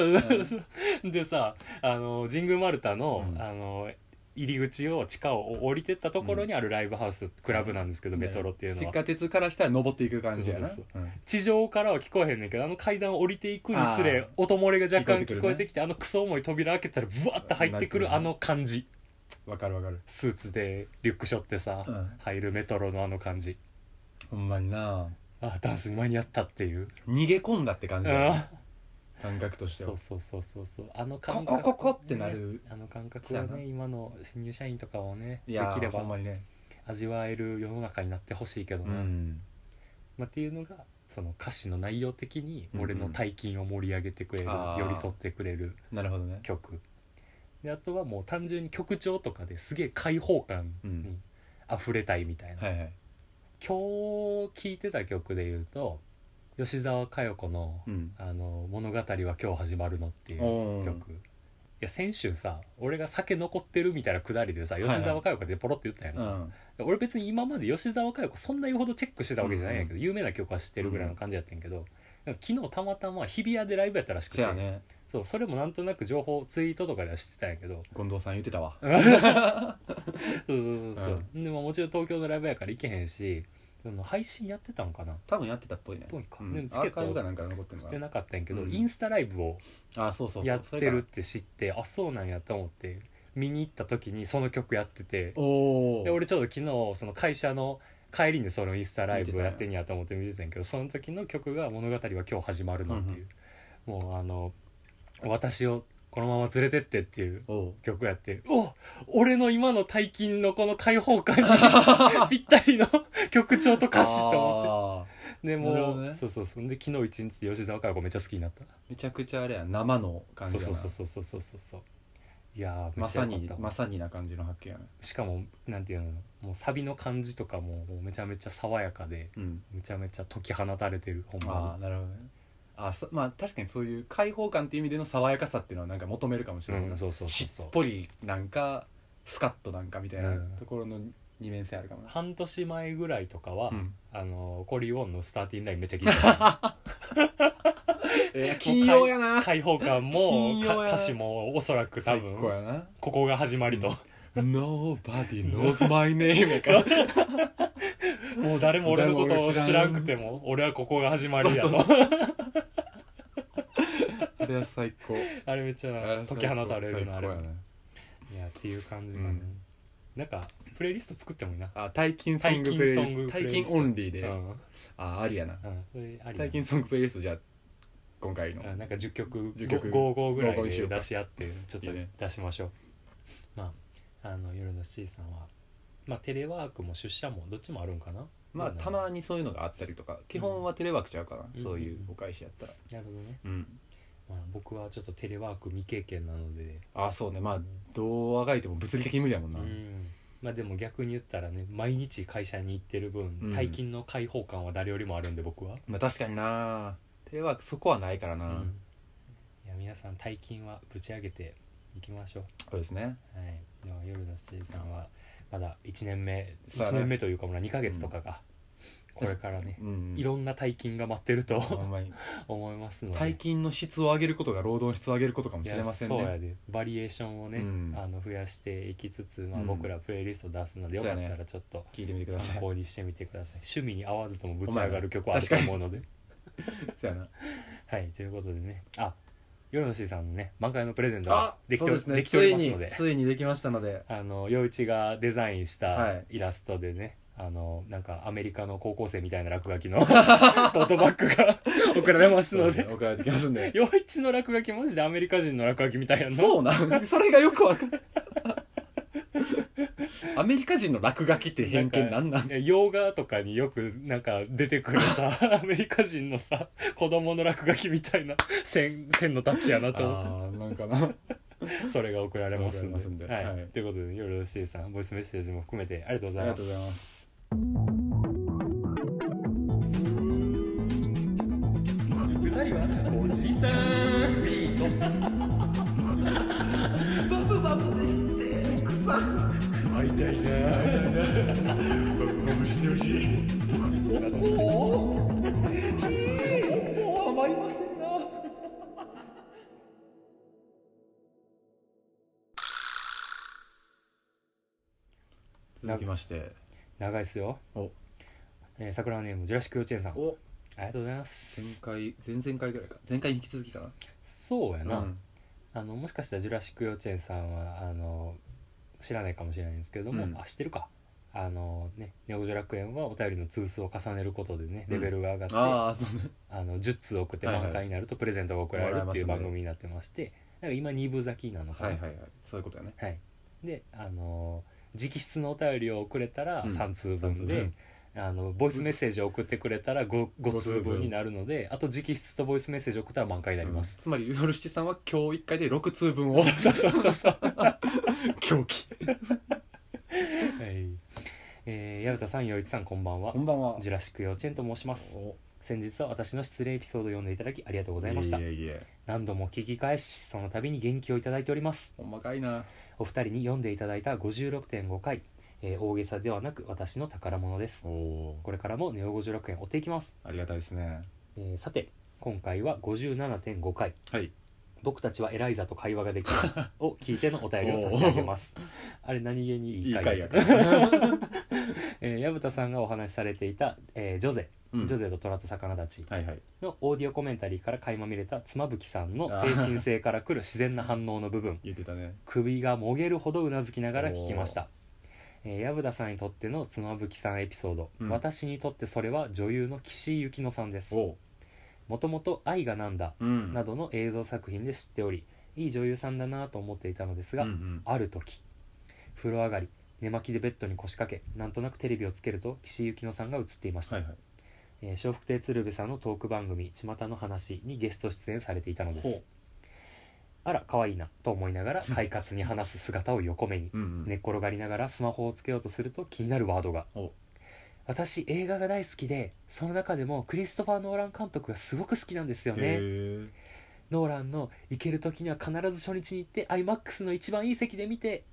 Speaker 1: うん
Speaker 2: でさあの神宮丸太の,、
Speaker 1: うん
Speaker 2: あの入り口を地下を降りてったところにあるライブハウス、クラブなんですけど、メトロっていうのは
Speaker 1: 地下鉄からしたら登っていく感じやな
Speaker 2: そうそう
Speaker 1: うん
Speaker 2: 地上からは聞こえへんねんけどあの階段を降りていくにつ
Speaker 1: あ
Speaker 2: れ
Speaker 1: ー
Speaker 2: 音漏れが若干
Speaker 1: 聞
Speaker 2: 聞
Speaker 1: こえ
Speaker 2: こえ
Speaker 1: て
Speaker 2: てきてあのクソ重い扉開けたらブワッて入ってく
Speaker 1: うん
Speaker 2: るあの感じ
Speaker 1: わかるわかる
Speaker 2: スーツでリュック背負ってさ、
Speaker 1: うん
Speaker 2: 入るメトロのあの感じ
Speaker 1: ほんまにな
Speaker 2: あダンスに間に合ったっていう、
Speaker 1: 逃げ込んだって感じや
Speaker 2: あ
Speaker 1: な感覚として
Speaker 2: そ
Speaker 1: は
Speaker 2: うそうそうそうそうあの
Speaker 1: コ
Speaker 2: 感
Speaker 1: コ
Speaker 2: 覚
Speaker 1: ココってなる
Speaker 2: あの感覚は
Speaker 1: そうやな
Speaker 2: ね今の新入社員とかをね
Speaker 1: い
Speaker 2: で
Speaker 1: や
Speaker 2: きれ
Speaker 1: ーほんま
Speaker 2: ば
Speaker 1: にね
Speaker 2: 味わえる世の中になってほしいけど
Speaker 1: う
Speaker 2: ね、
Speaker 1: ん
Speaker 2: まあ、っていうのがその歌詞の内容的に
Speaker 1: うんうん
Speaker 2: 俺の大金を盛り上げてくれる、
Speaker 1: あー
Speaker 2: 寄り添ってくれる
Speaker 1: なるほどね
Speaker 2: 曲であとはもう単純に曲調とかですげえ開放感に溢れたいみたいな、
Speaker 1: はいはい
Speaker 2: 今日聴いてた曲で言うと吉沢佳代子の
Speaker 1: うん
Speaker 2: 「あの物語は今日始まるの」ってい
Speaker 1: お
Speaker 2: う
Speaker 1: ー
Speaker 2: 曲いや先週さ俺が酒残ってるみたいなくだりでさ
Speaker 1: い
Speaker 2: 吉
Speaker 1: はい
Speaker 2: 沢佳代子でポロって言ったやん、
Speaker 1: うん
Speaker 2: 俺別に今まで吉沢佳代子そんな言うほどチェックしてたわけじゃないんやけど、有名な曲は知ってるぐらいの感じやったんやけど、なんか昨日たまたま日比谷でライブやったらしく
Speaker 1: せ
Speaker 2: て、
Speaker 1: やね
Speaker 2: そうそれもなんとなく情報ツイートとかでは知ってたんやけ ど
Speaker 1: 近藤さん言ってたわ
Speaker 2: そうそうそうそう、でももちろん東京のライブやから行けへんしその配信やってたんかな
Speaker 1: 多分やってたっぽいね
Speaker 2: ぽいか
Speaker 1: うん
Speaker 2: でもチ
Speaker 1: ア
Speaker 2: ケ
Speaker 1: ー
Speaker 2: ット
Speaker 1: カイブがなんか残ってるの
Speaker 2: し
Speaker 1: か
Speaker 2: て
Speaker 1: な
Speaker 2: なかったんやけど、
Speaker 1: うん
Speaker 2: インスタライブを
Speaker 1: あそうそうそう
Speaker 2: やってるっ
Speaker 1: そ
Speaker 2: て知ってあそうなんやと思って見に行った時にその曲やってて
Speaker 1: れかおお
Speaker 2: で俺ちょうど昨日その会社の帰りにそのインスタライブをやってんやと思って見てたんやけどその時の曲が「物語は今日始まるの」っていう、もうあの「私をこのまま連れてって」っていう
Speaker 1: おう
Speaker 2: 曲やってお俺の今の大金のこの開放 感にぴったりの曲調と歌詞と思っ
Speaker 1: あー
Speaker 2: てで
Speaker 1: なる
Speaker 2: も
Speaker 1: ほ
Speaker 2: う、
Speaker 1: どね
Speaker 2: そうそうそうで昨日一日で吉沢佳代子めっちゃ好きになった
Speaker 1: めちゃくちゃあれや生の感じ
Speaker 2: そう
Speaker 1: やな
Speaker 2: そうそうそうそうそうそうそういやーめ
Speaker 1: ま
Speaker 2: っちゃ
Speaker 1: さ
Speaker 2: 良かっ
Speaker 1: に
Speaker 2: たわ
Speaker 1: まさにな感じの発見やね
Speaker 2: しかもなんていうのもうサビの感じとかももうめちゃめちゃ爽やかで
Speaker 1: うん
Speaker 2: めちゃめちゃ解き放たれてるほん
Speaker 1: あ
Speaker 2: ま
Speaker 1: あなるほどねあそまあ確かにそういう開放感っていう意味での爽やかさっていうのはなんか求めるかもし
Speaker 2: に
Speaker 1: れない、
Speaker 2: うんそうそうそ
Speaker 1: し
Speaker 2: う
Speaker 1: っ
Speaker 2: そう
Speaker 1: ぽりなんかスカッとなんかみたいな
Speaker 2: うん
Speaker 1: ところの二面性あるかもな、
Speaker 2: 半年前ぐらいとかは、
Speaker 1: うん
Speaker 2: あのコリー・ウォンのスターティンラインめっちゃ聞いてた
Speaker 1: えー金曜やな
Speaker 2: 開放感も
Speaker 1: 金
Speaker 2: か
Speaker 1: 曜や
Speaker 2: 歌詞もおそらく多
Speaker 1: 最高
Speaker 2: 分
Speaker 1: やな
Speaker 2: ここが始まりと、
Speaker 1: Nobody knows my name やか
Speaker 2: そ
Speaker 1: ら
Speaker 2: うもう誰も俺のことを知らんくて
Speaker 1: 誰
Speaker 2: も俺はここが始まりやと
Speaker 1: そうあれは最高
Speaker 2: あれめっちゃ
Speaker 1: あ
Speaker 2: な
Speaker 1: れは最
Speaker 2: 解
Speaker 1: 高
Speaker 2: き放たれる
Speaker 1: 最
Speaker 2: な
Speaker 1: 高
Speaker 2: あれ
Speaker 1: やない
Speaker 2: やっていう感じかな、
Speaker 1: うん
Speaker 2: なんかプレイリスト作ってもいいな
Speaker 1: あ大金ソングプレイリスト
Speaker 2: 大
Speaker 1: 大
Speaker 2: 金
Speaker 1: 金
Speaker 2: ソングプレイリスト
Speaker 1: オンリーで、
Speaker 2: うん
Speaker 1: あありやな
Speaker 2: うんそれありやな
Speaker 1: 大金ソングプレイリストじゃあ今回の
Speaker 2: うんなんか10曲
Speaker 1: 10曲
Speaker 2: 55ぐら
Speaker 1: 55
Speaker 2: い
Speaker 1: にしよ
Speaker 2: で
Speaker 1: うか
Speaker 2: 出し合ってちょっと
Speaker 1: いいね
Speaker 2: 出しましょうまああの夜の7時さんは、まあ、テレワークも出社もどっちもあるんかな
Speaker 1: まあ
Speaker 2: どうな
Speaker 1: た
Speaker 2: の
Speaker 1: まにそういうのがあったりとか基本はテレワークちゃうかな、
Speaker 2: うん
Speaker 1: そういうお返しやったら
Speaker 2: なるほどね、
Speaker 1: うん
Speaker 2: まあ、僕はちょっとテレワーク未経験なので
Speaker 1: あそうねまあどうあがいても物理的に無理やもん
Speaker 2: う
Speaker 1: な、
Speaker 2: んまあでも逆に言ったらね毎日会社に行ってる
Speaker 1: う
Speaker 2: 分
Speaker 1: ん
Speaker 2: 大金の解放感は誰よりもあるんで僕は、
Speaker 1: まあ確かになテレワークそこはないからな、
Speaker 2: うんいや皆さん大金はぶち上げていきましょう
Speaker 1: そうですね
Speaker 2: はい、では夜の7時さんはまだ1年目、一
Speaker 1: そうだね
Speaker 2: 年目というかもう2ヶ月とかが、これからね、
Speaker 1: うん
Speaker 2: いろんな大金が待ってると
Speaker 1: ほんまに
Speaker 2: 思いますので
Speaker 1: 大金の質を上げることが労働の質を上げることかもしれません
Speaker 2: いやそう
Speaker 1: ね
Speaker 2: やでバリエーションをね、
Speaker 1: うん
Speaker 2: あの増やしていきつつ、まあ、
Speaker 1: うん
Speaker 2: 僕らプレイリスト出すので、
Speaker 1: そう
Speaker 2: よ
Speaker 1: や
Speaker 2: かっ
Speaker 1: ね
Speaker 2: たらちょっと
Speaker 1: 聞いてみてくださ
Speaker 2: 参
Speaker 1: い
Speaker 2: 考にしてみてください、趣味に合わずともぶち上がる曲はあると
Speaker 1: ほんま
Speaker 2: 思う
Speaker 1: や
Speaker 2: ので
Speaker 1: そうやな
Speaker 2: はいということでねあ夜の7時さんのね満開のプレゼントが
Speaker 1: あ
Speaker 2: でき
Speaker 1: そ
Speaker 2: て
Speaker 1: う
Speaker 2: お,、
Speaker 1: ですね
Speaker 2: できてお
Speaker 1: つ
Speaker 2: り
Speaker 1: い
Speaker 2: ます
Speaker 1: に
Speaker 2: ので
Speaker 1: ついにできましたので
Speaker 2: あの陽一がデザインし
Speaker 1: は
Speaker 2: た
Speaker 1: い
Speaker 2: イラストでね、あのなんかアメリカの高校生みたいな落書 きのトートバッグが 送られますので
Speaker 1: 送られてきますんで
Speaker 2: 陽一の落書きマジでアメリカ人の落書きみたいやんな
Speaker 1: そうなんそれがよくわかるアメリカ人の落書きって偏見なんなん
Speaker 2: いや洋画とかによくなんか出てくる さアメリカ人のさ子供の落書きみたいな線線のタッチやなと思って
Speaker 1: あーなんかな
Speaker 2: それが送られますんで
Speaker 1: 送られますんで
Speaker 2: はい
Speaker 1: はい
Speaker 2: ということで夜のしいさんボイスメッセージも含めてありがとうご
Speaker 1: あ
Speaker 2: ざ
Speaker 1: り
Speaker 2: い
Speaker 1: が
Speaker 2: ま
Speaker 1: と
Speaker 2: す
Speaker 1: うございます。
Speaker 2: ないわおじさんビートバブバブですって草会いたいな
Speaker 1: 続きまして
Speaker 2: 長いっすよ
Speaker 1: お
Speaker 2: えー、桜のネームジュラシック幼稚園さんあ
Speaker 1: お
Speaker 2: りがとうございま
Speaker 1: 前
Speaker 2: す
Speaker 1: 回前々回ぐらいか前回に引き続きかな
Speaker 2: そうやな、
Speaker 1: うん
Speaker 2: あのもしかしたらジュラシック幼稚園さんはあの知らないかもしれないんですけれども、
Speaker 1: うん
Speaker 2: あ知ってるかあのねネオジュ楽園はお便りの通数を重ねることでねレベルが上がって、
Speaker 1: ああそうね
Speaker 2: あの10通送って
Speaker 1: はいはい
Speaker 2: 満開になるとプレゼントが送られるっていう
Speaker 1: もらえます
Speaker 2: 番
Speaker 1: ね
Speaker 2: 組になってましてなんか今2部咲きなのかな、
Speaker 1: はいはいはいそういうことやね
Speaker 2: はいであの直筆のお便りを送れたら
Speaker 1: うん
Speaker 2: 3通
Speaker 1: 三
Speaker 2: 分
Speaker 1: 通
Speaker 2: で
Speaker 1: 分、
Speaker 2: あのボイスメッセージを送ってくれたら 5, 5
Speaker 1: 五
Speaker 2: 通
Speaker 1: 通
Speaker 2: 分
Speaker 1: 分
Speaker 2: になるのであと直筆とボイスメッセージを送ったら満開になります、
Speaker 1: うんつまりヨルシチさんは今日1回で6通分を
Speaker 2: そうそうそうそうそう
Speaker 1: 狂気
Speaker 2: はい。えー、矢田さん、洋一さん、こんばんは
Speaker 1: こ。んばんは
Speaker 2: ジュラシック幼稚園と申します。
Speaker 1: お
Speaker 2: 先日は私の失礼エピソードを読んでいただきありがとうございました
Speaker 1: い。えいえいえ
Speaker 2: 何度も聞き返し、その度に元気をいただいております。
Speaker 1: ほんまかいな
Speaker 2: お二人に読んでいただいた56.5回、えー大げさではなく私の宝物です
Speaker 1: お。お
Speaker 2: これからもネオ56円追っていきます。
Speaker 1: ありがたいですね
Speaker 2: えーさて、今回は57.5回。
Speaker 1: はい
Speaker 2: 僕たちはエライザと会話ができたを聞いてのお便りを差し上 げます。あれ何気にい
Speaker 1: い
Speaker 2: い
Speaker 1: い
Speaker 2: 回
Speaker 1: 回
Speaker 2: だ
Speaker 1: や
Speaker 2: っ
Speaker 1: から
Speaker 2: たえー矢蓋さんがお話しされていた、えージョゼ
Speaker 1: うん
Speaker 2: ジョゼと虎と魚たち
Speaker 1: はいはい
Speaker 2: のオーディオコメンタリーから垣間見れた妻夫木さんの精神性から来る自然な反応の部分
Speaker 1: 言ってたね
Speaker 2: 首がもげるほどうなずきながら聞きましたえー薮田さんにとっての妻夫木さんエピソード、
Speaker 1: うん
Speaker 2: 私にとってそれは女優の岸井ゆきのさんです
Speaker 1: お
Speaker 2: もともと「愛がなんだ
Speaker 1: うん」
Speaker 2: などの映像作品で知っておりいい女優さんだなと思っていたのです
Speaker 1: うん
Speaker 2: が、
Speaker 1: うん
Speaker 2: ある時風呂上がり寝巻きでベッドに腰掛けなんとなくテレビをつけると岸井ゆきのさんが映っていました、
Speaker 1: はいはい
Speaker 2: えー笑福亭鶴瓶さんのトーク番組「巷の話」にゲスト出演されていたのですあら可愛いなと思いながら快活に話す姿を横目に
Speaker 1: うんうん
Speaker 2: 寝っ転がりながらスマホをつけようとすると気になるワードが
Speaker 1: お
Speaker 2: 「私映画が大好きでその中でもクリストファー・ノーラン監督がすごく好きなんですよ
Speaker 1: へ
Speaker 2: ね」
Speaker 1: え
Speaker 2: 「ノーランの行ける時には必ず初日に行って IMAX の一番いい席で見て」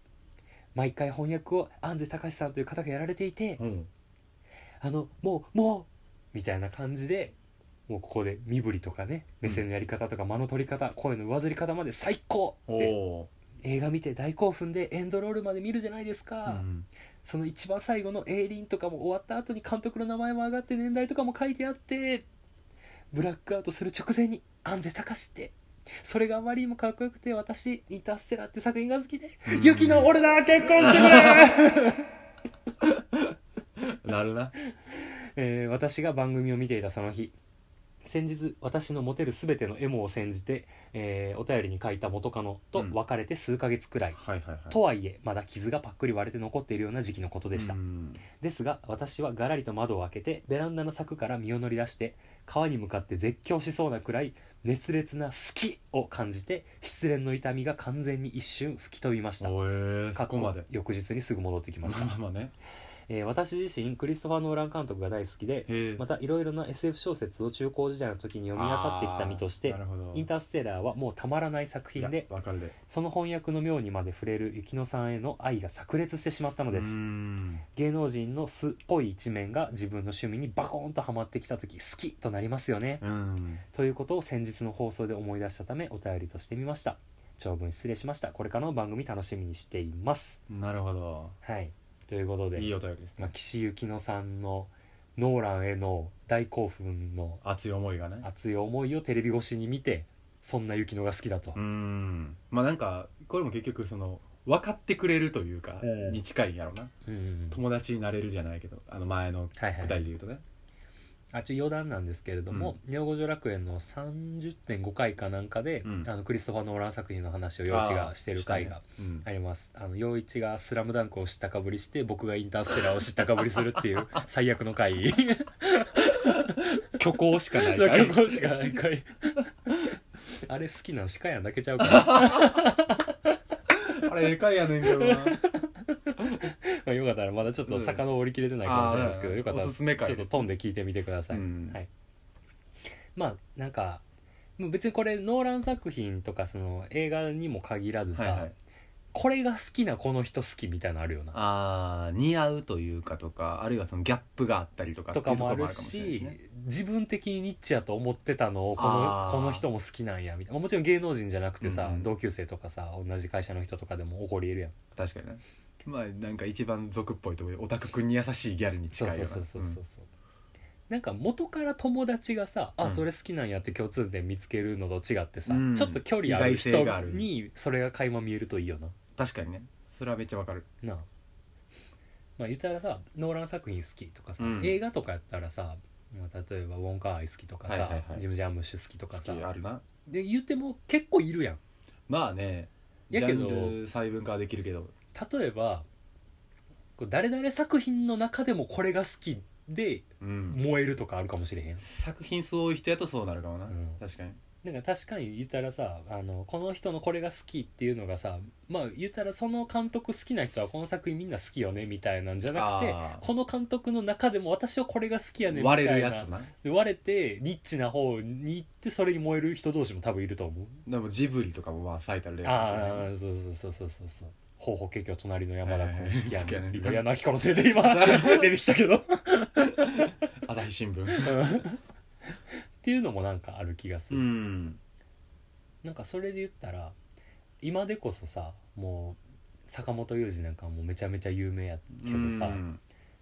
Speaker 2: 毎回翻訳を安瀬隆さんという方がやられていて、
Speaker 1: うん
Speaker 2: あのもうもうみたいな感じでもうここで身振りとかね目線のやり方とか間の取り方、声の上ずり方まで最高っ
Speaker 1: お
Speaker 2: て
Speaker 1: お
Speaker 2: 映画見て大興奮でエンドロールまで見るじゃないですか、
Speaker 1: うん
Speaker 2: その一番最後の「エイリン」とかも終わった後に監督の名前も上がって年代とかも書いてあってブラックアウトする直前に「安瀬隆って。それがあまりにもかっこよくて私インターステラーって作品が好きで「ユキの俺だ結婚してくれ!」
Speaker 1: なるな
Speaker 2: えー私が番組を見ていたその日先日私の持てる全てのエモを煎じて、えーお便りに書いた元カノと
Speaker 1: うん
Speaker 2: 別れて数ヶ月くらい、
Speaker 1: はいはいはい
Speaker 2: とはいえまだ傷がパックリ割れて残っているような時期のことでした、
Speaker 1: うん
Speaker 2: ですが私はがらりと窓を開けてベランダの柵から身を乗り出して川に向かって絶叫しそうなくらい熱烈な「好き!」を感じて失恋の痛みが完全に一瞬吹き飛びました
Speaker 1: おえ
Speaker 2: 過
Speaker 1: そ
Speaker 2: 去
Speaker 1: こまで
Speaker 2: 翌日にすぐ戻ってきま
Speaker 1: ま
Speaker 2: した
Speaker 1: あ、まあまあね
Speaker 2: えー私自身クリストファー・ノーラン監督が大好きで
Speaker 1: へえ
Speaker 2: またいろいろな SF 小説を中高時代の時に読み漁ってきた身として
Speaker 1: あーなるほど
Speaker 2: 「インターステラー」はもうたまらない作品
Speaker 1: いや
Speaker 2: で
Speaker 1: わかるで
Speaker 2: その翻訳の妙にまで触れる雪乃さんへの愛が炸裂してしまったので
Speaker 1: うー
Speaker 2: す
Speaker 1: ん
Speaker 2: 芸能人の素っぽい一面が自分の趣味にバコーンとハマってきた時好きとなりますよね
Speaker 1: うん
Speaker 2: ということを先日の放送で思い出したためお便りとしてみました長文失礼しましたこれからの番組楽しみにしています
Speaker 1: なるほど
Speaker 2: はいということで
Speaker 1: いいお便りです
Speaker 2: まあ、
Speaker 1: ね
Speaker 2: 岸雪乃さんのノーランへの大興奮の
Speaker 1: 熱い思いがね
Speaker 2: 熱い思いをテレビ越しに見てそんな雪乃が好きだと、
Speaker 1: うーんまあなんかこれも結局その分かってくれるというか
Speaker 2: うん
Speaker 1: に近いんやろな
Speaker 2: うん
Speaker 1: 友達になれるじゃないけどあの前の
Speaker 2: はい
Speaker 1: 具
Speaker 2: は
Speaker 1: 体
Speaker 2: い
Speaker 1: で言うとね
Speaker 2: あちょ余談なんですけれども「ネオ五条楽園」の30.5回かなんかで、
Speaker 1: うん
Speaker 2: あのクリストファー・ノーラン作品の話を陽一がしてる回が
Speaker 1: うん
Speaker 2: ありますあの陽一が「スラムダンクを知ったかぶりして僕が「インターステラー」を知ったかぶりするって いう最悪の回
Speaker 1: 虚構しかないか
Speaker 2: 虚
Speaker 1: ら
Speaker 2: 構しかない回あれ好きなの鹿やんだけちゃうから
Speaker 1: あれでかいやねんけどな
Speaker 2: まあよかったらまだちょっと遡りきれてないかもしれないですけど、
Speaker 1: うん
Speaker 2: よかったら
Speaker 1: おすすめ回
Speaker 2: ちょっと飛んで聞いてみてください、
Speaker 1: うん
Speaker 2: はい、まあなんかもう別にこれノーラン作品とかその映画にも限らずさ、
Speaker 1: はいはい
Speaker 2: これが好きなこの人好きみたいなのあるよな
Speaker 1: あー似合うというかとかあるいはそのギャップがあったりとか
Speaker 2: とかもあ
Speaker 1: っ
Speaker 2: る
Speaker 1: ていう
Speaker 2: し
Speaker 1: ところもあるかもれないね
Speaker 2: 自分的にニッチやと思ってたのをこの
Speaker 1: あー
Speaker 2: この人も好きなんやみたいなもちろん芸能人じゃなくてさ、
Speaker 1: うんうん
Speaker 2: 同級生とかさ同じ会社の人とかでも怒りえるやん
Speaker 1: 確かにねまあなんか一番俗っぽいところでオタクくんに優しいギャルに
Speaker 2: そう
Speaker 1: 近い
Speaker 2: そ
Speaker 1: ような
Speaker 2: うそうそうそううなんか元から友達がさ、
Speaker 1: う
Speaker 2: あ
Speaker 1: ん
Speaker 2: それ好きなんやって共通点見つけるのと違ってさ、
Speaker 1: うん
Speaker 2: ちょっと距離ある
Speaker 1: 意外
Speaker 2: 人
Speaker 1: 性がある
Speaker 2: にそれが垣間見えるといいよなん
Speaker 1: 確かにねそれはめっちゃわかる
Speaker 2: なあまあ言ったらさノーラン作品好きとかさ、
Speaker 1: うん
Speaker 2: 映画とかやったらさまあ例えばウォンカーアイ好きとかさ、
Speaker 1: はいはいはい
Speaker 2: ジム・ジャームッシュ好きとか
Speaker 1: 好
Speaker 2: さ
Speaker 1: きあるな
Speaker 2: で言っても結構いるやん
Speaker 1: まあね
Speaker 2: やけど
Speaker 1: ジャンル細分化はできるけど
Speaker 2: 例えばこう誰々作品の中でもこれが好きで
Speaker 1: うん
Speaker 2: 燃えるとかあるかもしれへん、
Speaker 1: 作品数多い人やとそうなるかもな、
Speaker 2: うん
Speaker 1: 確かに
Speaker 2: なんか確かに言ったらさあのこの人のこれが好きっていうのがさまあ言ったらその監督好きな人はこの作品みんな好きよねみたいなんじゃなくて
Speaker 1: あー
Speaker 2: この監督の中でも私はこれが好きやねみたい
Speaker 1: 割
Speaker 2: な
Speaker 1: れるやつな
Speaker 2: で割れてニッチな方に行ってそれに燃える人同士も多分いると思う
Speaker 1: でもジブリとかもまあ最たる例かもしれない
Speaker 2: ああそうそうそうそうそうそう方法結局隣の山田君好きや
Speaker 1: はいはい
Speaker 2: ね
Speaker 1: はい
Speaker 2: ん今柳子のせいで 今出てきたけどっ
Speaker 1: 朝日新聞
Speaker 2: ていうのもなんかある気がす
Speaker 1: う
Speaker 2: る、
Speaker 1: ん
Speaker 2: なんかそれで言ったら今でこそさもう坂本龍二なんかもうめちゃめちゃ有名やけどさ、
Speaker 1: うん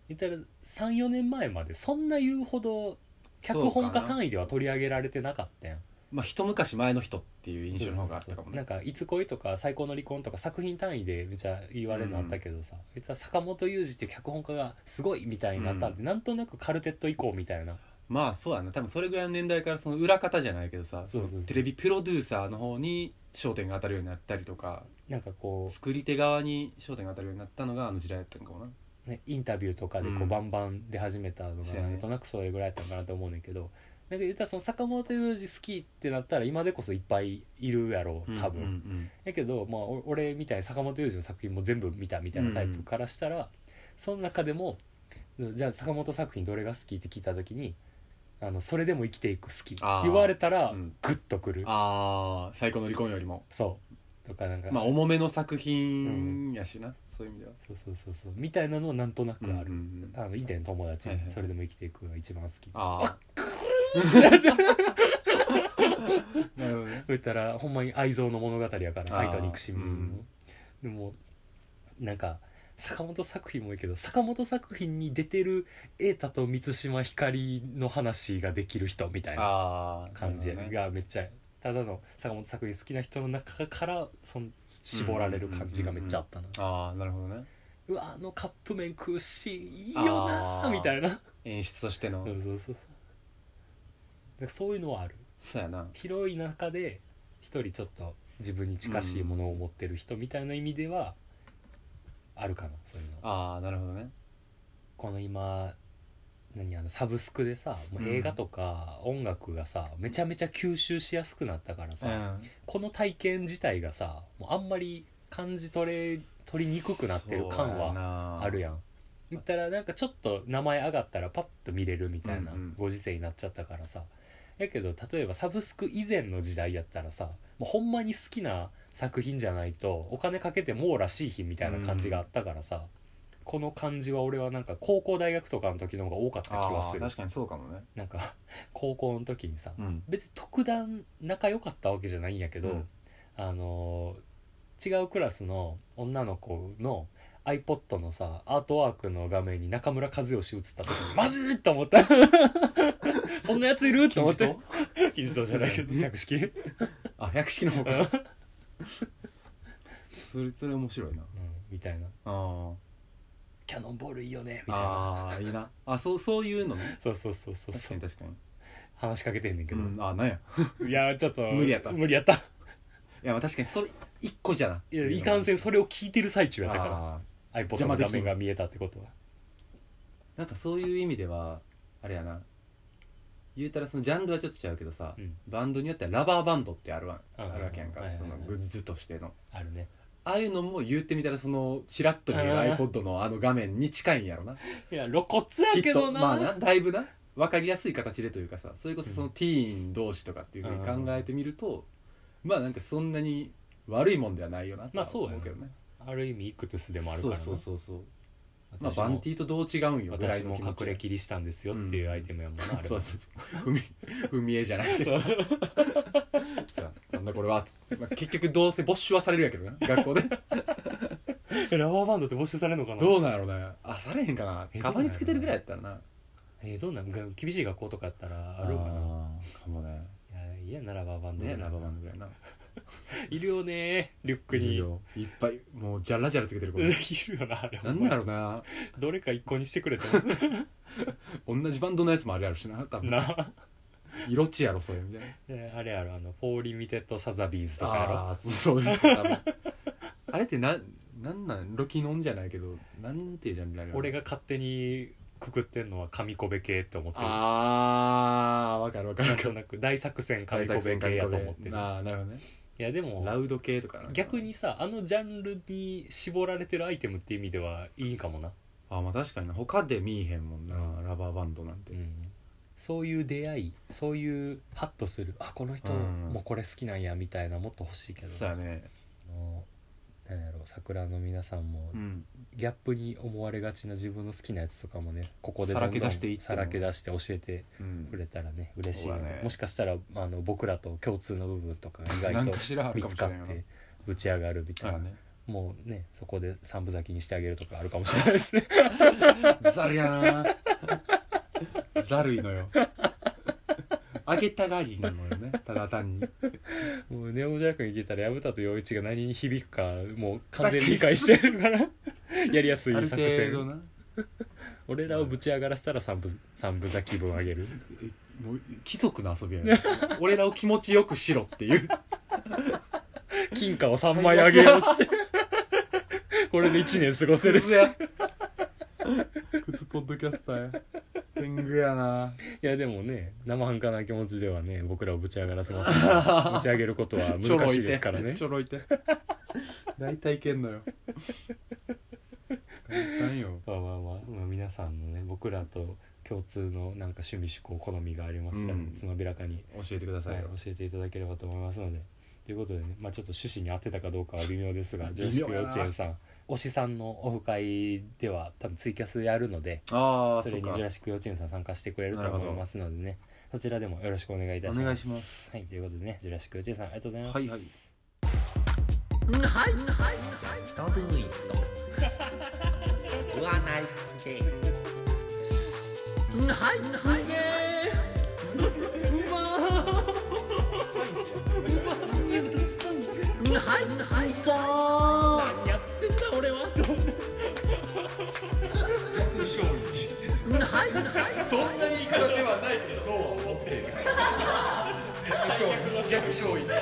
Speaker 2: 言ったら34年前までそんな言うほど脚本家単位では取り上げられてなかったやん
Speaker 1: まあ一昔前の人っていう印象の方があったかも
Speaker 2: な
Speaker 1: ね
Speaker 2: んか「いつ恋」とか「最高の離婚」とか作品単位でめちゃ言われるのあったけどさ、言ったら坂本雄二っていう脚本家がすごいみたいになったんで、なんとなくカルテット以降みたいな
Speaker 1: まあそうだな多分それぐらいの年代からその裏方じゃないけどさ
Speaker 2: そうそうそう
Speaker 1: そのテレビプロデューサーの方に焦点が当たるようになったりとか
Speaker 2: なんかこ
Speaker 1: 作り手側に焦点が当たるようになったのがあの時代だったのかもな
Speaker 2: う、ね、インタビューとかでこう、
Speaker 1: うん
Speaker 2: バンバン出始めたの
Speaker 1: そ
Speaker 2: が
Speaker 1: うや
Speaker 2: な
Speaker 1: ね
Speaker 2: んとなくそれぐらいだったのかなと思うねんだけど、なんか言ったらその坂本雄二好きってなったら今でこそいっぱいいるやろう多分。
Speaker 1: うんうん
Speaker 2: やけど、まあ、お俺みたいに坂本龍二の作品も全部見たみたいなタイプからしたら、その中でもじゃあ坂本作品どれが好きって聞いた時に「あのそれでも生きていく好き」って
Speaker 1: あー
Speaker 2: 言われたら、
Speaker 1: うん
Speaker 2: グッとくる
Speaker 1: ああ最高の離婚よりも
Speaker 2: そうとかなんか、
Speaker 1: まあ重めの作品やしな、そういう意味では
Speaker 2: そうそうそうそうみたいなのはなんとなくある、
Speaker 1: うんうんうん
Speaker 2: あの以前友達に
Speaker 1: はいはい
Speaker 2: それでも生きていく」が一番好き
Speaker 1: ああ なるほどね
Speaker 2: そう言ったらほんまに愛憎の物語やから
Speaker 1: あー
Speaker 2: 愛と憎しみの、
Speaker 1: うん
Speaker 2: でもなんか坂本作品もいいけど坂本作品に出てる瑛太と満島ひかりの話ができる人みたいな
Speaker 1: ああ
Speaker 2: 感じ
Speaker 1: なるほどね
Speaker 2: がめっちゃただの坂本作品好きな人の中からその絞られる感じがめっちゃあったな
Speaker 1: ああなるほどね
Speaker 2: うわあのカップ麺食うしいいよな
Speaker 1: あ
Speaker 2: ー
Speaker 1: ー
Speaker 2: みたいな
Speaker 1: 演出としての
Speaker 2: そうそうそうそうなんかそういうのはある
Speaker 1: そうやな
Speaker 2: 広い中で一人ちょっと自分に近しいものを持ってる人みたいな意味ではあるかなそういうの
Speaker 1: ああなるほどね
Speaker 2: この今何あのサブスクでさもう映画とか音楽がさ、めちゃめちゃ吸収しやすくなったからさ、
Speaker 1: うん
Speaker 2: この体験自体がさもうあんまり感じ取れ取りにくくなってる感は
Speaker 1: は
Speaker 2: あるや
Speaker 1: ん
Speaker 2: ん。言ったらなんかちょっと名前上がったらパッと見れるみたいな
Speaker 1: うんうん
Speaker 2: ご時世になっちゃったからさ、やけど例えばサブスク以前の時代やったらさもうほんまに好きな作品じゃないとお金かけてもうらしい日みたいな感じがあったからさ、この感じは俺はなんか高校大学とかの時の方が多かった気
Speaker 1: あ
Speaker 2: は
Speaker 1: あ
Speaker 2: する
Speaker 1: 確かにそうかもね
Speaker 2: なんか高校の時にさ
Speaker 1: うん
Speaker 2: 別に特段仲良かったわけじゃないんやけど、
Speaker 1: うん
Speaker 2: あのー違うクラスの女の子の iPod のさアートワークの画面に中村和義映った時 にマジと思ったそんなやついると思って金字塔じゃないけど百式、うん、
Speaker 1: あ百式の方かそれそれ面白いな
Speaker 2: みたいな
Speaker 1: あ
Speaker 2: キャノンボールいいよね
Speaker 1: あ
Speaker 2: みたい
Speaker 1: あ
Speaker 2: な
Speaker 1: あいいなあそうそういうのね
Speaker 2: そうそうそうそう
Speaker 1: 確
Speaker 2: そ
Speaker 1: か
Speaker 2: う
Speaker 1: に確かに
Speaker 2: 話しかけてんねんけど、
Speaker 1: うんあなんや
Speaker 2: いやちょっと
Speaker 1: 無理やった
Speaker 2: 無理やったい
Speaker 1: いやまあ確かにそれ一個じゃない
Speaker 2: やいかんせんそれを聞いてる最中やったから
Speaker 1: ああ
Speaker 2: iPod の画面が見えたってことは
Speaker 1: なんかそういう意味ではあれやな言うたらそのジャンルはちょっと違うけどさ、
Speaker 2: うん
Speaker 1: バンドによってはラバーバンドってあるわ
Speaker 2: うん
Speaker 1: あるわけやんか
Speaker 2: はいはい
Speaker 1: そ
Speaker 2: はい
Speaker 1: のグッズとしての
Speaker 2: あるね
Speaker 1: ああいうのも言ってみたらそのチラッと見える
Speaker 2: あー
Speaker 1: iPod のあの画面に近いんやろない
Speaker 2: や露骨やけどな,、
Speaker 1: まあなだいぶな分かりやすい形でというかさそれこそそのティーン同士とかっていうふうに考えてみると、まあなんかそんなに悪いもんではないよなと
Speaker 2: まあ
Speaker 1: は
Speaker 2: そう
Speaker 1: 思
Speaker 2: や
Speaker 1: う
Speaker 2: な
Speaker 1: けどね、
Speaker 2: ある意味いくつでもあるからな
Speaker 1: そうそうそうそうまあ
Speaker 2: 私も
Speaker 1: バンティーとどう違うんよぐらい
Speaker 2: 私
Speaker 1: の
Speaker 2: も
Speaker 1: 気持ち
Speaker 2: 隠れ切りしたんですよっていうアイテムやもんな、あれ
Speaker 1: そう
Speaker 2: は
Speaker 1: そうそう海海絵じゃないけどささあなんだこれは、まあ、結局どうせ没収はされるやけどな学校で
Speaker 2: えラバーバンドって募集されるのかな
Speaker 1: どうなんやろうなあされへんかな
Speaker 2: え
Speaker 1: カバンにつけてるぐらいやったらな
Speaker 2: えーどうなんが厳しい学校とかやったらあるんかな
Speaker 1: あーかもね
Speaker 2: いやいやなラバーバンド
Speaker 1: ねラバーバンドぐらいない
Speaker 2: るよねリュック
Speaker 1: い
Speaker 2: に
Speaker 1: る
Speaker 2: いる
Speaker 1: よいっぱいもうジャラジャラつけてる 子
Speaker 2: よなあれ
Speaker 1: なんだろうな
Speaker 2: どれか一個にしてくれと
Speaker 1: 同じバンドのやつもあるやろしな多分
Speaker 2: な
Speaker 1: 色地やろそれみたいな
Speaker 2: えあれやろあのフォーリミテッドサザビーズとかやろ
Speaker 1: ああーそうです多分 あれってなんなんなんロキノンじゃないけどなんていうジャンルなの
Speaker 2: 俺が勝手にくくってんのは紙コベ系って思ってる
Speaker 1: あーわかるわかる
Speaker 2: な
Speaker 1: わ
Speaker 2: ん
Speaker 1: か
Speaker 2: と
Speaker 1: る
Speaker 2: なく大作戦紙コベ系やと思ってる
Speaker 1: ああなるほどね
Speaker 2: いやでも
Speaker 1: ラウド系とかなんか
Speaker 2: 逆にさあのジャンルに絞られてるアイテムって意味ではいいかもな、
Speaker 1: あーまあ確かにな他で見えへんもんな、
Speaker 2: う
Speaker 1: ラバーバンドなんて、
Speaker 2: そういう出会いそういうハッとするあこの人
Speaker 1: うん
Speaker 2: もうこれ好きなんやみたいなもっと欲しいけど
Speaker 1: そうやね
Speaker 2: あのなんやろ桜の皆さんも
Speaker 1: うん
Speaker 2: ギャップに思われがちな自分の好きなやつとかもねここで
Speaker 1: さ
Speaker 2: どんど
Speaker 1: らけ
Speaker 2: ん
Speaker 1: 出していっても
Speaker 2: さらけ出して教えて
Speaker 1: うん
Speaker 2: くれたらね嬉しいよね
Speaker 1: そうだね
Speaker 2: もしかしたらあの僕らと共通の部分とかが意
Speaker 1: な
Speaker 2: 外
Speaker 1: ん
Speaker 2: と
Speaker 1: かしらある
Speaker 2: 見
Speaker 1: かも
Speaker 2: つ
Speaker 1: し
Speaker 2: か
Speaker 1: れ
Speaker 2: っ
Speaker 1: ないよな
Speaker 2: て打ち上がるみ
Speaker 1: そ
Speaker 2: たいうな
Speaker 1: やね
Speaker 2: もうねそこで三分咲きにしてあげるとかあるかもしれないですね
Speaker 1: ざるやなざるいのよあげたがりなのよねただ単に
Speaker 2: もうネオジャックに聞いたら薮田と陽一が何に響くかもう完全に理解して るからやりやす
Speaker 1: あ
Speaker 2: い
Speaker 1: る
Speaker 2: 作
Speaker 1: 程度
Speaker 2: 戦
Speaker 1: な
Speaker 2: 俺らをぶち上がらせたら三分三分咲き分 あげる
Speaker 1: えもう貴族の遊びやね俺らを気持ちよくしろっていう
Speaker 2: 金貨を3枚あげようっつって これで1年過ごせるっつって
Speaker 1: やクズポッドキャスターや天狗やない
Speaker 2: やでもね生半可な気持ちではね僕らをぶち上がらせますからぶち上げることは難しいですから ね
Speaker 1: ちょろい て大体いけんのよ簡単よ
Speaker 2: まあまあまあ、まあ、皆さんのね僕らと共通のなんか趣味趣向好みがありましたら、
Speaker 1: うん
Speaker 2: つまびらかに、
Speaker 1: 教えてください
Speaker 2: はい
Speaker 1: よ、
Speaker 2: 教えていただければと思いますのでということでね、まあ、ちょっと趣旨に合ってたかどうかは微妙ですが
Speaker 1: 微妙
Speaker 2: 常
Speaker 1: やな
Speaker 2: 識幼稚園さん推しさんのオフ会では多分ツイキャスやるので
Speaker 1: ああ
Speaker 2: そ
Speaker 1: そ
Speaker 2: れ
Speaker 1: う
Speaker 2: に
Speaker 1: か
Speaker 2: ジュラシック幼稚園さん参加してくれると
Speaker 1: なるほ
Speaker 2: 思
Speaker 1: ど
Speaker 2: いますのでねそちらでもよろしくお願いいたします。。
Speaker 1: お願いします
Speaker 2: はい、ということでね、ジュラシック幼稚園さんありがとうございます。
Speaker 1: はいはい
Speaker 7: ドドゥイとわないで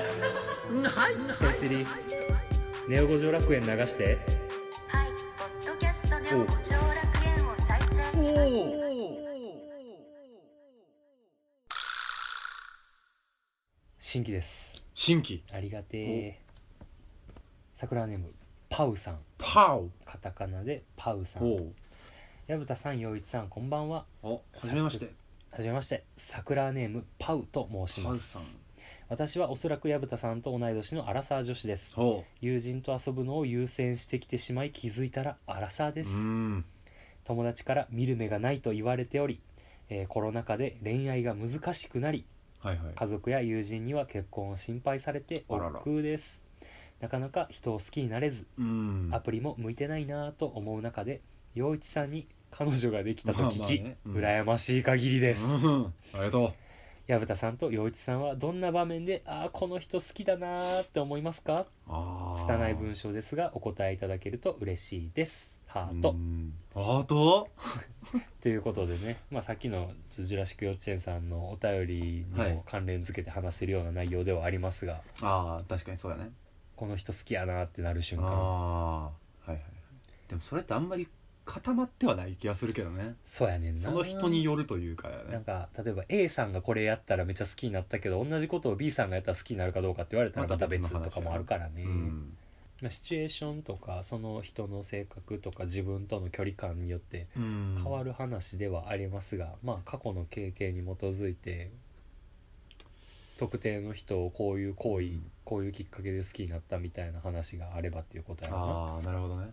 Speaker 2: ペースリーネオ五条楽園流して
Speaker 3: はい、ポッドキャストでも五条楽園を再生し
Speaker 2: 新規です
Speaker 1: 新規
Speaker 2: ありがてえ桜ネームパウさん
Speaker 1: パオ
Speaker 2: カタカナでパウさ
Speaker 1: お
Speaker 2: ん
Speaker 1: う
Speaker 2: 薮田さん陽一さんこんばんは
Speaker 1: おはじめまして
Speaker 2: はじめまして桜ネームパウと申し
Speaker 1: パ
Speaker 2: ま
Speaker 1: ウ
Speaker 2: す
Speaker 1: さん
Speaker 2: 私はおそらく薮田さんと同い年のアラサー女子です
Speaker 1: おう
Speaker 2: 友人と遊ぶのを優先してきてしまい気づいたらアラサーです
Speaker 1: うん
Speaker 2: 友達から見る目がないと言われており、えーコロナ禍で恋愛が難しくなり
Speaker 1: はいはい
Speaker 2: 家族や友人には結婚を心配されて
Speaker 1: あらら
Speaker 2: 億劫ですなかなか人を好きになれず
Speaker 1: うん
Speaker 2: アプリも向いてないなぁと思う中で陽一さんに彼女ができたと
Speaker 1: まあ
Speaker 2: 聞
Speaker 1: まあ
Speaker 2: き、
Speaker 1: ねうん
Speaker 2: 羨ましい限りです
Speaker 1: うんありがと
Speaker 2: 薮田さんと陽一さんはどんな場面でああこの人好きだなぁって思いますか
Speaker 1: うああ
Speaker 2: 拙い文章ですがお答えいただけると嬉しいですハート、
Speaker 1: うんハート
Speaker 2: ということでね、まあ、さっきのジュラシック幼稚園さんのお便りに
Speaker 1: はい
Speaker 2: も関連づけて話せるような内容ではありますが、
Speaker 1: ああ確かにそうだね
Speaker 2: この人好きやなってなる瞬間
Speaker 1: ああはいはいはいでもそれってあんまり固まってはない気がするけどね
Speaker 2: そうやねんな
Speaker 1: その人によるというかだよ
Speaker 2: なん
Speaker 1: ね
Speaker 2: か例えば A さんがこれやったらめっちゃ好きになったけど同じことを B さんがやったら好きになるかどうかって言われたらま
Speaker 1: ま
Speaker 2: た
Speaker 1: た
Speaker 2: 別
Speaker 1: 別の話
Speaker 2: とかもあるからね、
Speaker 1: うん
Speaker 2: まあ、シチュエーションとかその人の性格とか自分との距離感によって
Speaker 1: うん
Speaker 2: 変わる話ではありますが、まあ過去の経験に基づいて特定の人をこういう行為、こういうきっかけで好きになったみたいな話があればっていうことやろな
Speaker 1: ああなるほどね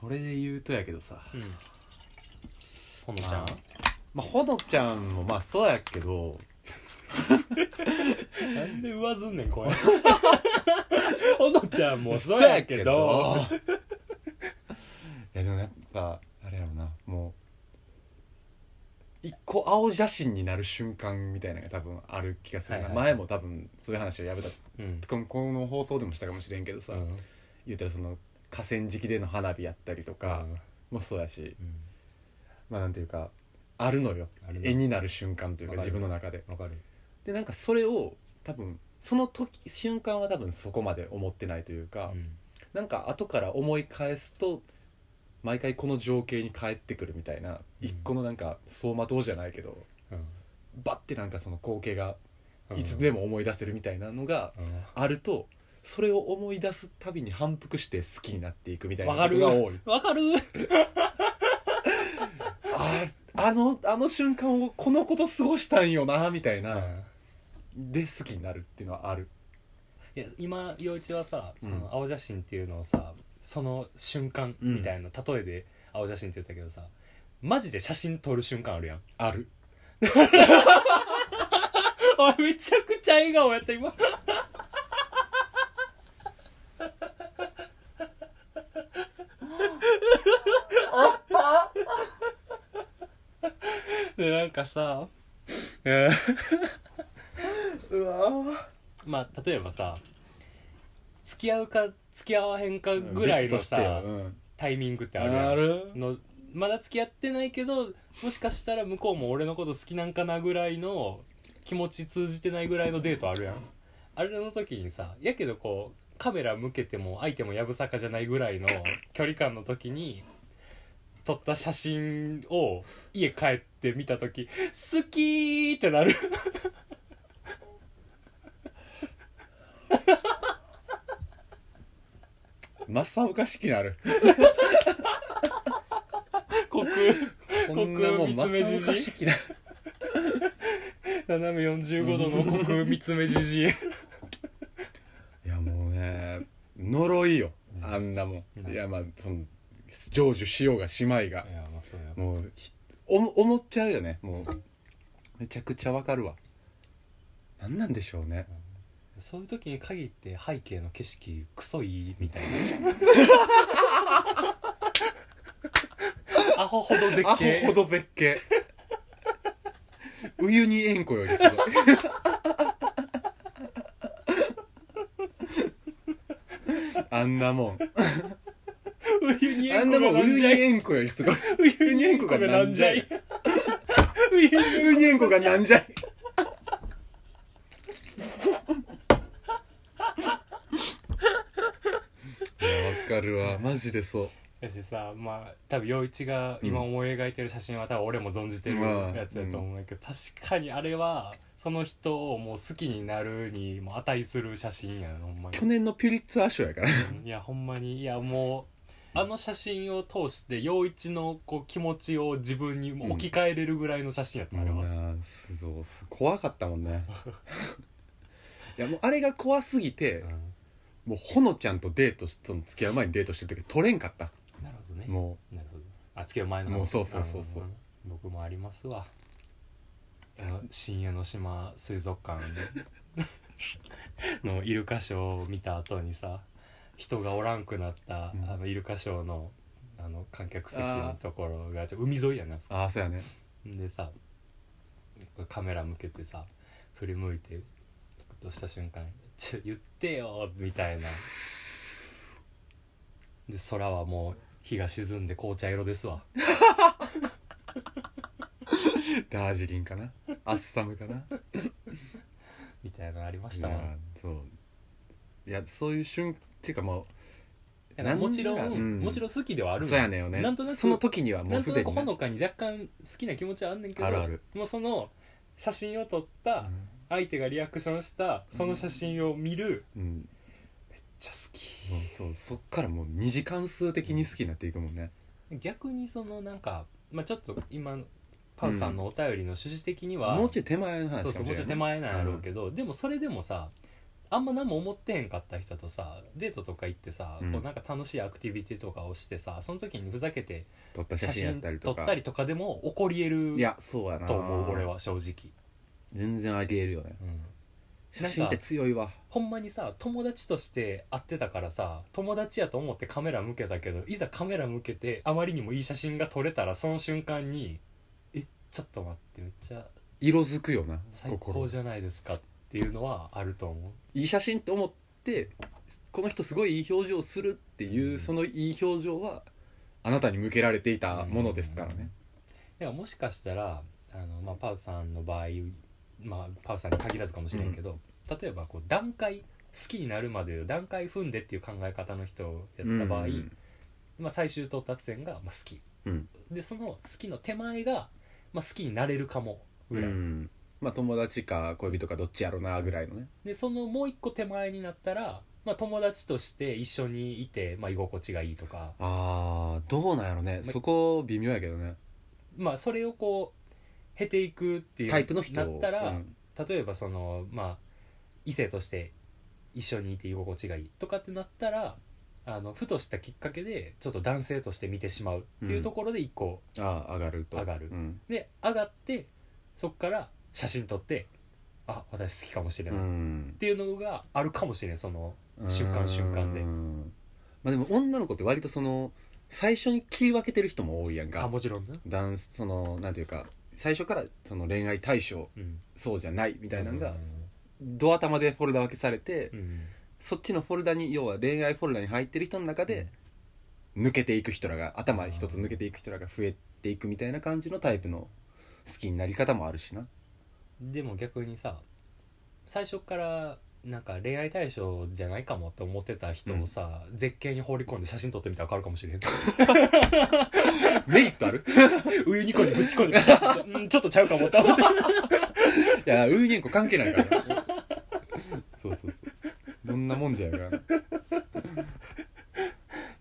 Speaker 1: それで言うとやけどさ
Speaker 2: うんほのちゃん
Speaker 1: あーまあほのちゃんもまあそうやけど
Speaker 2: なんで上ずんねんこれ ほのちゃんもそう
Speaker 1: そ
Speaker 2: やけど
Speaker 1: やけど いやでもやっぱあれやろなもう一個青写真になる瞬間みたいなのが多分ある気がするな、
Speaker 2: はいはいはい
Speaker 1: 前も多分そういう話をやめた
Speaker 2: うん
Speaker 1: このこの放送でもしたかもしれんけどさ、
Speaker 2: うん
Speaker 1: 言うたらその河川敷での花火やったりとかもそうやし、
Speaker 2: うん
Speaker 1: まあなんていうかあるのよ
Speaker 2: あるな
Speaker 1: 絵になる瞬間というか
Speaker 2: わか
Speaker 1: 自
Speaker 2: る
Speaker 1: 分の中で
Speaker 2: わかる
Speaker 1: でなんかそれを多分その時瞬間は多分そこまで思ってないというか、
Speaker 2: うん
Speaker 1: なんか後から思い返すと毎回この情景に帰ってくるみたいな、
Speaker 2: うん
Speaker 1: 一個のなんか走馬灯じゃないけど
Speaker 2: うん
Speaker 1: バッてなんかその光景が
Speaker 2: うん
Speaker 1: いつでも思い出せるみたいなのが
Speaker 2: うん
Speaker 1: あると、それを思い出すたびに反復して好きになっていくみたいな
Speaker 2: わか
Speaker 1: こと
Speaker 2: る
Speaker 1: が多い
Speaker 2: わかる
Speaker 1: ああのあの瞬間をこのこと過ごしたんよなみたいな、で好きになるっていうのはある
Speaker 2: いや今陽一はさ
Speaker 1: うん
Speaker 2: その青写真っていうのをさ、その瞬間
Speaker 1: うん
Speaker 2: みたいな、例えで青写真って言ったけどさマジで写真撮る瞬間ある やん
Speaker 1: ある
Speaker 2: おいめちゃくちゃ笑顔やった今でなんかさうん
Speaker 1: うわ
Speaker 2: まあ例えばさ付き合うか付き合わへんかぐらいのさ、
Speaker 1: うん、
Speaker 2: タイミングってあるやん
Speaker 1: ある
Speaker 2: のまだ付き合ってないけどもしかしたら向こうも俺のこと好きなんかなぐらいの気持ち通じてないぐらいのデートあるやんあれの時にさやけどこうカメラ向けても相手もやぶさかじゃないぐらいの距離感の時に撮った写真を家帰って見た時「好き!」ってなる
Speaker 1: マッサーおかしきなる
Speaker 2: コ ク
Speaker 1: こんなもん
Speaker 2: コク見つめじじ
Speaker 1: マッサー
Speaker 2: い
Speaker 1: おかしきなる
Speaker 2: 斜め45度のコク見つめじじい
Speaker 1: いやもうね呪いよ
Speaker 2: うん
Speaker 1: あんなもん、
Speaker 2: うん
Speaker 1: いやまあその成就しようがしまいが、
Speaker 2: やまあそうや
Speaker 1: もうひおも思っちゃうよねもうめちゃくちゃわかるわなんなんでしょうね
Speaker 2: そういう時に限って背景の景色クソいいみたい なアホほど絶
Speaker 1: アホ
Speaker 2: 景
Speaker 1: ほど絶 景ウユニ塩湖よ りすごいあんなもん
Speaker 2: ウユニ
Speaker 1: あ
Speaker 2: 塩
Speaker 1: んな
Speaker 2: 湖
Speaker 1: も
Speaker 2: が
Speaker 1: ん
Speaker 2: な
Speaker 1: ウ
Speaker 2: ん
Speaker 1: ユ
Speaker 2: じゃ
Speaker 1: ニ
Speaker 2: い
Speaker 1: 塩湖よりすごい
Speaker 2: ウユニ塩湖がなんじゃいウユニ
Speaker 1: ウユニ塩湖がなんじゃいいやわかるわマジでそう
Speaker 2: だしさまあ多分陽一が今思い描いてる写真は多分俺も存じてる
Speaker 1: うん
Speaker 2: やつだと思うんだけど、確かにあれはその人をもう好きになるにも値する写真やなほんまに
Speaker 1: 去年のピュリッツァー賞やから
Speaker 2: うんいやほんまにいやもうあの写真を通して陽一のこう気持ちを自分に置き換えれるぐらいの写真やった、あれ
Speaker 1: もう
Speaker 2: は
Speaker 1: なすそうす怖かったもんねいやもうあれが怖すぎてもうほのちゃんとデートその付き合う前にデートしてる時取れんかった
Speaker 2: なるほどね
Speaker 1: も
Speaker 2: なるほどあつける前の話
Speaker 1: もうそうそうそうそうん
Speaker 2: 僕もありますわあの新江ノ島水族館 のイルカショーを見た後にさ人がおらんくなった、
Speaker 1: うん
Speaker 2: あのイルカショーのあの観客席のところがちょ海沿いやなあそこ
Speaker 1: うああそうやね
Speaker 2: でさカメラ向けてさ振り向いてとした瞬間に「ちょ言ってよ」みたいなで空はもう日が沈んで紅茶色ですわ
Speaker 1: ダージリンかなアッサムかな
Speaker 2: みたいなのありました
Speaker 1: い
Speaker 2: わ
Speaker 1: やそういやそういう瞬っていうかも
Speaker 2: だからもちろん、
Speaker 1: なんならうん
Speaker 2: もちろん好きではあ
Speaker 1: う
Speaker 2: る
Speaker 1: そうやねんよね
Speaker 2: なんとなく
Speaker 1: その時にはも
Speaker 2: な
Speaker 1: うんす
Speaker 2: とな
Speaker 1: で
Speaker 2: く
Speaker 1: に
Speaker 2: ほ
Speaker 1: ね
Speaker 2: のかに若干好きな気持ちはあんねんけど
Speaker 1: あるある
Speaker 2: もうその写真を撮った相手がリアクションしたその写真を見る、
Speaker 1: うん、
Speaker 2: ちゃ好き
Speaker 1: もうそうそっからもう二次関数的に好きになっていくもんね
Speaker 2: 逆にそのなんか、まあ、ちょっと今のパウさんのお便りの趣旨的には、
Speaker 1: もうちょい手前の話かもしれない
Speaker 2: そうそうもうちょっと手前なんやろうけど、でもそれでもさあんま何も思ってへんかった人とさデートとか行ってさ、
Speaker 1: うん
Speaker 2: こうなんか楽しいアクティビティとかをしてさその時にふざけて
Speaker 1: 撮った写
Speaker 2: 写
Speaker 1: 真やっ
Speaker 2: 真
Speaker 1: たり
Speaker 2: 撮
Speaker 1: とか
Speaker 2: ったりとかでも起こりえる
Speaker 1: いやそうやな
Speaker 2: と思う俺は正直、
Speaker 1: 全然ありえるよね
Speaker 2: うん、
Speaker 1: 写真って強いわ
Speaker 2: ほんまにさ友達として会ってたからさ友達やと思ってカメラ向けたけどいざカメラ向けてあまりにもいい写真が撮れたらその瞬間に「えちょっと待ってめっちゃ
Speaker 1: 色づくよな
Speaker 2: 最
Speaker 1: 心
Speaker 2: 高じゃないですか」っていうのはあると思う
Speaker 1: いい写真と思ってこの人すごいいい表情するっていう、
Speaker 2: うん
Speaker 1: そのいい表情はあなたに向けられていたものですからね、
Speaker 2: だからもしかしたらあの、まあ、パウさんの場合、まあ、パウさんに限らずかもしれんけど、例えばこう段階好きになるまでの段階踏んでっていう考え方の人やった場合、
Speaker 1: うん
Speaker 2: まあ、最終到達点が、まあ、好き、
Speaker 1: うん
Speaker 2: でその好きの手前が、まあ、好きになれるかもぐ
Speaker 1: う
Speaker 2: らい、
Speaker 1: んまあ友達か恋人かどっちやろなぐらいのね
Speaker 2: でそのもう一個手前になったら、まあ、友達として一緒にいて、まあ、居心地がいいとか、
Speaker 1: あーどうなんやろね
Speaker 2: ま
Speaker 1: そこ微妙やけどね
Speaker 2: まあ、それをこう経ていくっていう
Speaker 1: タイプの人
Speaker 2: なったら、
Speaker 1: うん
Speaker 2: 例えばそのまあ異性として一緒にいて居心地がいいとかってなったらあのふとしたきっかけでちょっと男性として見てしまうっていうところで一個、
Speaker 1: あー上がると
Speaker 2: 上がる
Speaker 1: うん、
Speaker 2: で上がってそっから写真撮ってあ私好きかもしれ
Speaker 1: う
Speaker 2: ない、っ
Speaker 1: ん
Speaker 2: ていうのがあるかもしれないその瞬間瞬間で
Speaker 1: うんまあでも女の子って割とその最初に切り分けてる人も多いやん
Speaker 2: あ
Speaker 1: か
Speaker 2: もちろんな、
Speaker 1: ダンスそのなんていうか最初からその恋愛対象
Speaker 2: うん、
Speaker 1: そうじゃないみ
Speaker 2: み
Speaker 1: たいなのがドア玉でフォルダ分けされて、
Speaker 2: うん
Speaker 1: そっちのフォルダに要は恋愛フォルダに入ってる人の中で、抜けていく人らが頭一つ抜けていく人らが増えていくみたいな感じのタイプの好きになり方もあるしな
Speaker 2: でも逆にさ最初からなんか恋愛対象じゃないかもって思ってた人をさ、絶景に放り込んで写真撮ってみたら変わるかもしれん
Speaker 1: メリットある
Speaker 2: ウユニコにぶち込んでちょっとうんちょっとちゃうかもって思って
Speaker 1: いや運言語関係ないからなそうそうそうどんなもんじゃやからない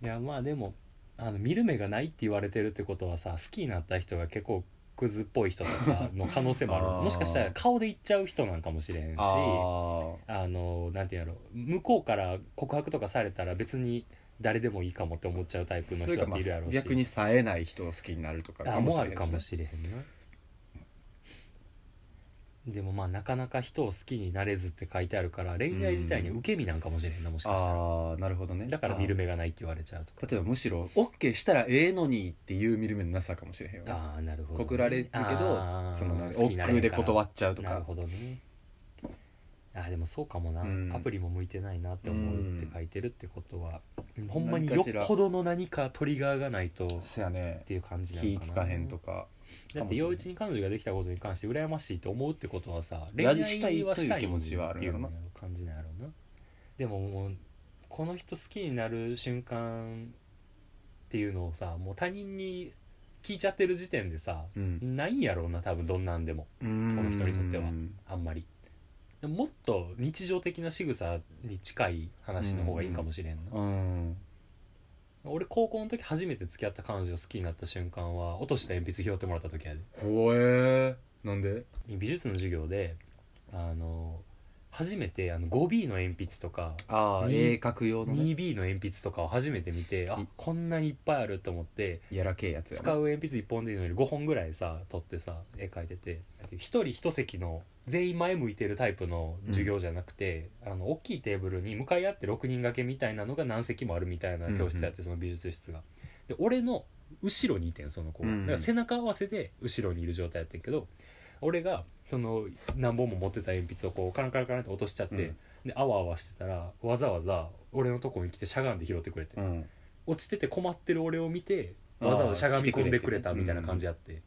Speaker 2: やまあでもあの見る目がないって言われてるってことはさ好きになった人が結構クズっぽい人とかの可能性もある
Speaker 1: あー
Speaker 2: もしかしたら顔でいっちゃう人なんかもしれんし
Speaker 1: あ
Speaker 2: あのなんていうんやろ向こうから告白とかされたら別に誰でもいいかもって思っちゃうタイプ
Speaker 1: あ
Speaker 2: の
Speaker 1: それ
Speaker 2: 人
Speaker 1: か
Speaker 2: だっ
Speaker 1: ま
Speaker 2: ているやろ
Speaker 1: あ
Speaker 2: うし
Speaker 1: 逆に冴えない人を好きになるとか
Speaker 2: あもうある
Speaker 1: し
Speaker 2: か
Speaker 1: れん
Speaker 2: も
Speaker 1: し
Speaker 2: しれへんなでもまあなかなか人を好きになれずって書いてあるから恋愛自体に受け身なんかもしれへんなもしかしたら
Speaker 1: ああなるほどね
Speaker 2: だから見る目がないって言われちゃうとか
Speaker 1: あー例えばむしろ OK したらええのにっていう見る目のなさかもしれへんわ
Speaker 2: ああなるほどね、
Speaker 1: 告られるけど
Speaker 2: あー
Speaker 1: その何
Speaker 2: 好きになれへん
Speaker 1: 億劫で
Speaker 2: から
Speaker 1: 断っちゃうとか
Speaker 2: なるほどねあーでもそうかもな、
Speaker 1: うん
Speaker 2: アプリも向いてないなって思うって書いてるってことは、ほんまに
Speaker 1: 何
Speaker 2: よ
Speaker 1: かしら
Speaker 2: っぽどの何かトリガーがないとっ
Speaker 1: そやね
Speaker 2: ていう感じなの
Speaker 1: 気
Speaker 2: かな
Speaker 1: 使えへんとか
Speaker 2: だって幼稚に彼女ができたことに関して羨ましいと思うってことはさ
Speaker 1: やりしたいという気持ちはある
Speaker 2: ってい
Speaker 1: や
Speaker 2: う
Speaker 1: ろな
Speaker 2: 感じなんやろうなでももうこの人好きになる瞬間っていうのをさもう他人に聞いちゃってる時点でさ
Speaker 1: うん
Speaker 2: ないんやろうな多分どんなんでもこの人にとっては
Speaker 1: うん
Speaker 2: あんまりでももっと日常的な仕草に近い話の方がいいかもしれんな
Speaker 1: うん
Speaker 2: 俺高校の時初めて付き合った彼女を好きになった瞬間は落とした鉛筆拾ってもらった時やで
Speaker 1: ほえーなんで
Speaker 2: 美術の授業であの初めてあの 5B の鉛筆とか
Speaker 1: ああ
Speaker 2: に
Speaker 1: 鋭角用のね
Speaker 2: 2B の鉛筆とかを初めて見てあ
Speaker 1: い
Speaker 2: こんなにいっぱいあると思って
Speaker 1: やらけえやつやな
Speaker 2: 使う鉛筆1本でいいのに5本ぐらいさ取ってさ絵描いてて1人1席の全員前向いてるタイプの授業じゃなくて、あの大きいテーブルに向かい合って6人掛けみたいなのが何席もあるみたいな教室やって、その美術室が。で俺の後ろにいてんその子が、
Speaker 1: うんうん
Speaker 2: だから背中合わせで後ろにいる状態やってんけど俺がその何本も持ってた鉛筆をこうカランカランカランって落としちゃって、
Speaker 1: うん
Speaker 2: であわあわしてたらわざわざ俺のとこに来てしゃがんで拾ってくれて、
Speaker 1: うん
Speaker 2: 落ちてて困ってる俺を見て
Speaker 1: あー
Speaker 2: わざわざしゃがみ込んでくれたみたいな感じやって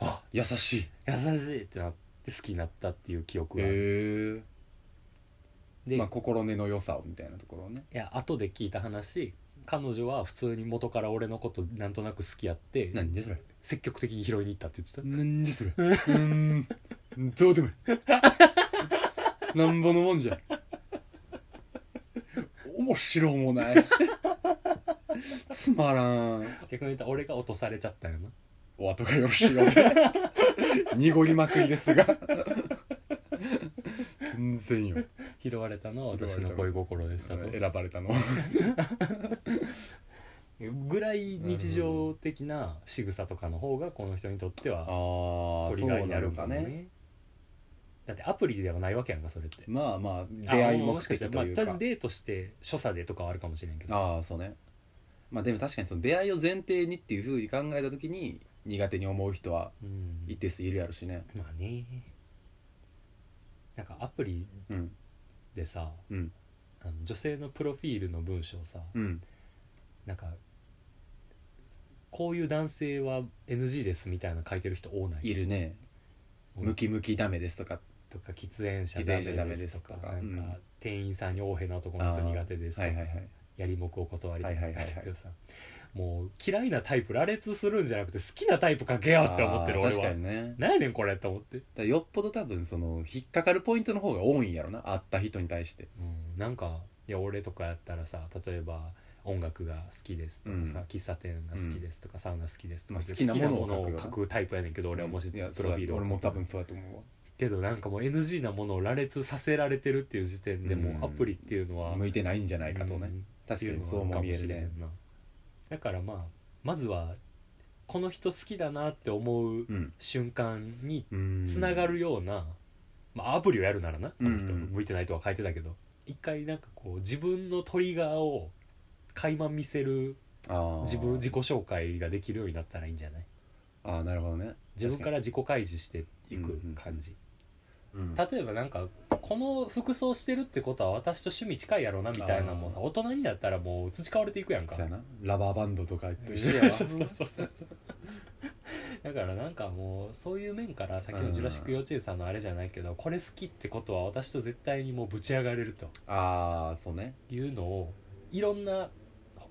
Speaker 1: あ優しい
Speaker 2: 優しいってなって好きになったっていう記憶がある、
Speaker 1: へえ
Speaker 2: で、
Speaker 1: まあ心根の良さをみたいなところをね
Speaker 2: いや後で聞いた話彼女は普通に元から俺のことなんとなく好きやって
Speaker 1: 何でそれ
Speaker 2: 積極的に拾いに行ったって言ってた
Speaker 1: 何じゃそれうーんどうでもいいなんぼのもんじゃおもろ面白もないつまらん
Speaker 2: 逆に言ったら俺が落とされちゃったよな
Speaker 1: お後がよろしいようで濁りまくりですが全然よ
Speaker 2: 拾われたのは私の恋心でしたと
Speaker 1: 選ばれたの
Speaker 2: ぐらい日常的な仕草とかの方がこの人にとっては
Speaker 1: あ
Speaker 2: ト
Speaker 1: あ
Speaker 2: リガーになる
Speaker 1: か
Speaker 2: かもねだってアプリではないわけやんかそれって
Speaker 1: まあまあ出会い
Speaker 2: あ
Speaker 1: 目
Speaker 2: もしか
Speaker 1: 的
Speaker 2: し
Speaker 1: と
Speaker 2: た
Speaker 1: いう
Speaker 2: ら
Speaker 1: か
Speaker 2: まあとりあえずデートして所作でとかはあるかもしれんけど
Speaker 1: ああそうねまあでも確かにその出会いを前提にっていうふうに考えた時に苦手に思う人は
Speaker 2: うん
Speaker 1: 一定数いるやろしね
Speaker 2: まあねなんかアプリ
Speaker 1: うん
Speaker 2: でさ、
Speaker 1: うん
Speaker 2: あの女性のプロフィールの文章をさ
Speaker 1: うん
Speaker 2: なんかこういう男性は NG ですみたいなの書いてる人多ない
Speaker 1: いるね
Speaker 2: うん
Speaker 1: ムキムキダメですとか
Speaker 2: とか喫煙者ダメ
Speaker 1: 喫煙者ダメで
Speaker 2: で
Speaker 1: すす
Speaker 2: と
Speaker 1: と
Speaker 2: か
Speaker 1: か
Speaker 2: なんか
Speaker 1: うん
Speaker 2: 店員さんに横柄な男の
Speaker 1: あ
Speaker 2: 人
Speaker 1: あ
Speaker 2: 苦手ですとか
Speaker 1: はいはいはい
Speaker 2: やりもくお断りとか
Speaker 1: はいはいはいはい
Speaker 2: 書いてあるけどさもう嫌いなタイプ羅列するんじゃなくて好きなタイプ書けよって思ってる
Speaker 1: ああ
Speaker 2: 俺
Speaker 1: 確
Speaker 2: は
Speaker 1: かにねだか
Speaker 2: 何やねんこれって思って、
Speaker 1: らよっぽど多分その引っかかるポイントの方が多いんやろな会った人に対して
Speaker 2: うんなんかいや俺とかやったらさ例えば音楽が好きですとかさ、
Speaker 1: うん
Speaker 2: 喫茶店が好きですとか、サウナ好きですとか、
Speaker 1: まあ好きなものを書くよな
Speaker 2: 好きなものを書くタイプやねんけど俺はもし
Speaker 1: い
Speaker 2: プ
Speaker 1: や
Speaker 2: ロ
Speaker 1: そう
Speaker 2: フ
Speaker 1: だ
Speaker 2: ィールを
Speaker 1: 俺も多分そうだと思うわ
Speaker 2: けどなんかもう NG なものを羅列させられてるっていう時点でもうアプリっていうのは
Speaker 1: 向いてないんじゃないかとね、
Speaker 2: うん
Speaker 1: 確かにそうも見えるね
Speaker 2: なだからまあまずはこの人好きだなって思う
Speaker 1: うん
Speaker 2: 瞬間に
Speaker 1: うん
Speaker 2: つながるような、まあ、アプリをやるならなこの人
Speaker 1: うん
Speaker 2: 向いてないとは書いてたけど、一回なんかこう自分のトリガーを垣間見せる
Speaker 1: ああ
Speaker 2: 自分自己紹介ができるようになったらいいんじゃない
Speaker 1: ああなるほどね
Speaker 2: 自分から自己開示していく感じ、例えばなんかこの服装してるってことは私と趣味近いやろなみたいなのもさ
Speaker 1: あ
Speaker 2: 大人になったらもう培われていくやんか
Speaker 1: そうやなラバーバンドとかと一緒やわ
Speaker 2: そうそうそうそうそうだからなんかもうそういう面から先のジュラシック幼稚園さんのあれじゃないけどこれ好きってことは私と絶対にもうぶち上がれると
Speaker 1: ああそうね
Speaker 2: いうのをいろんな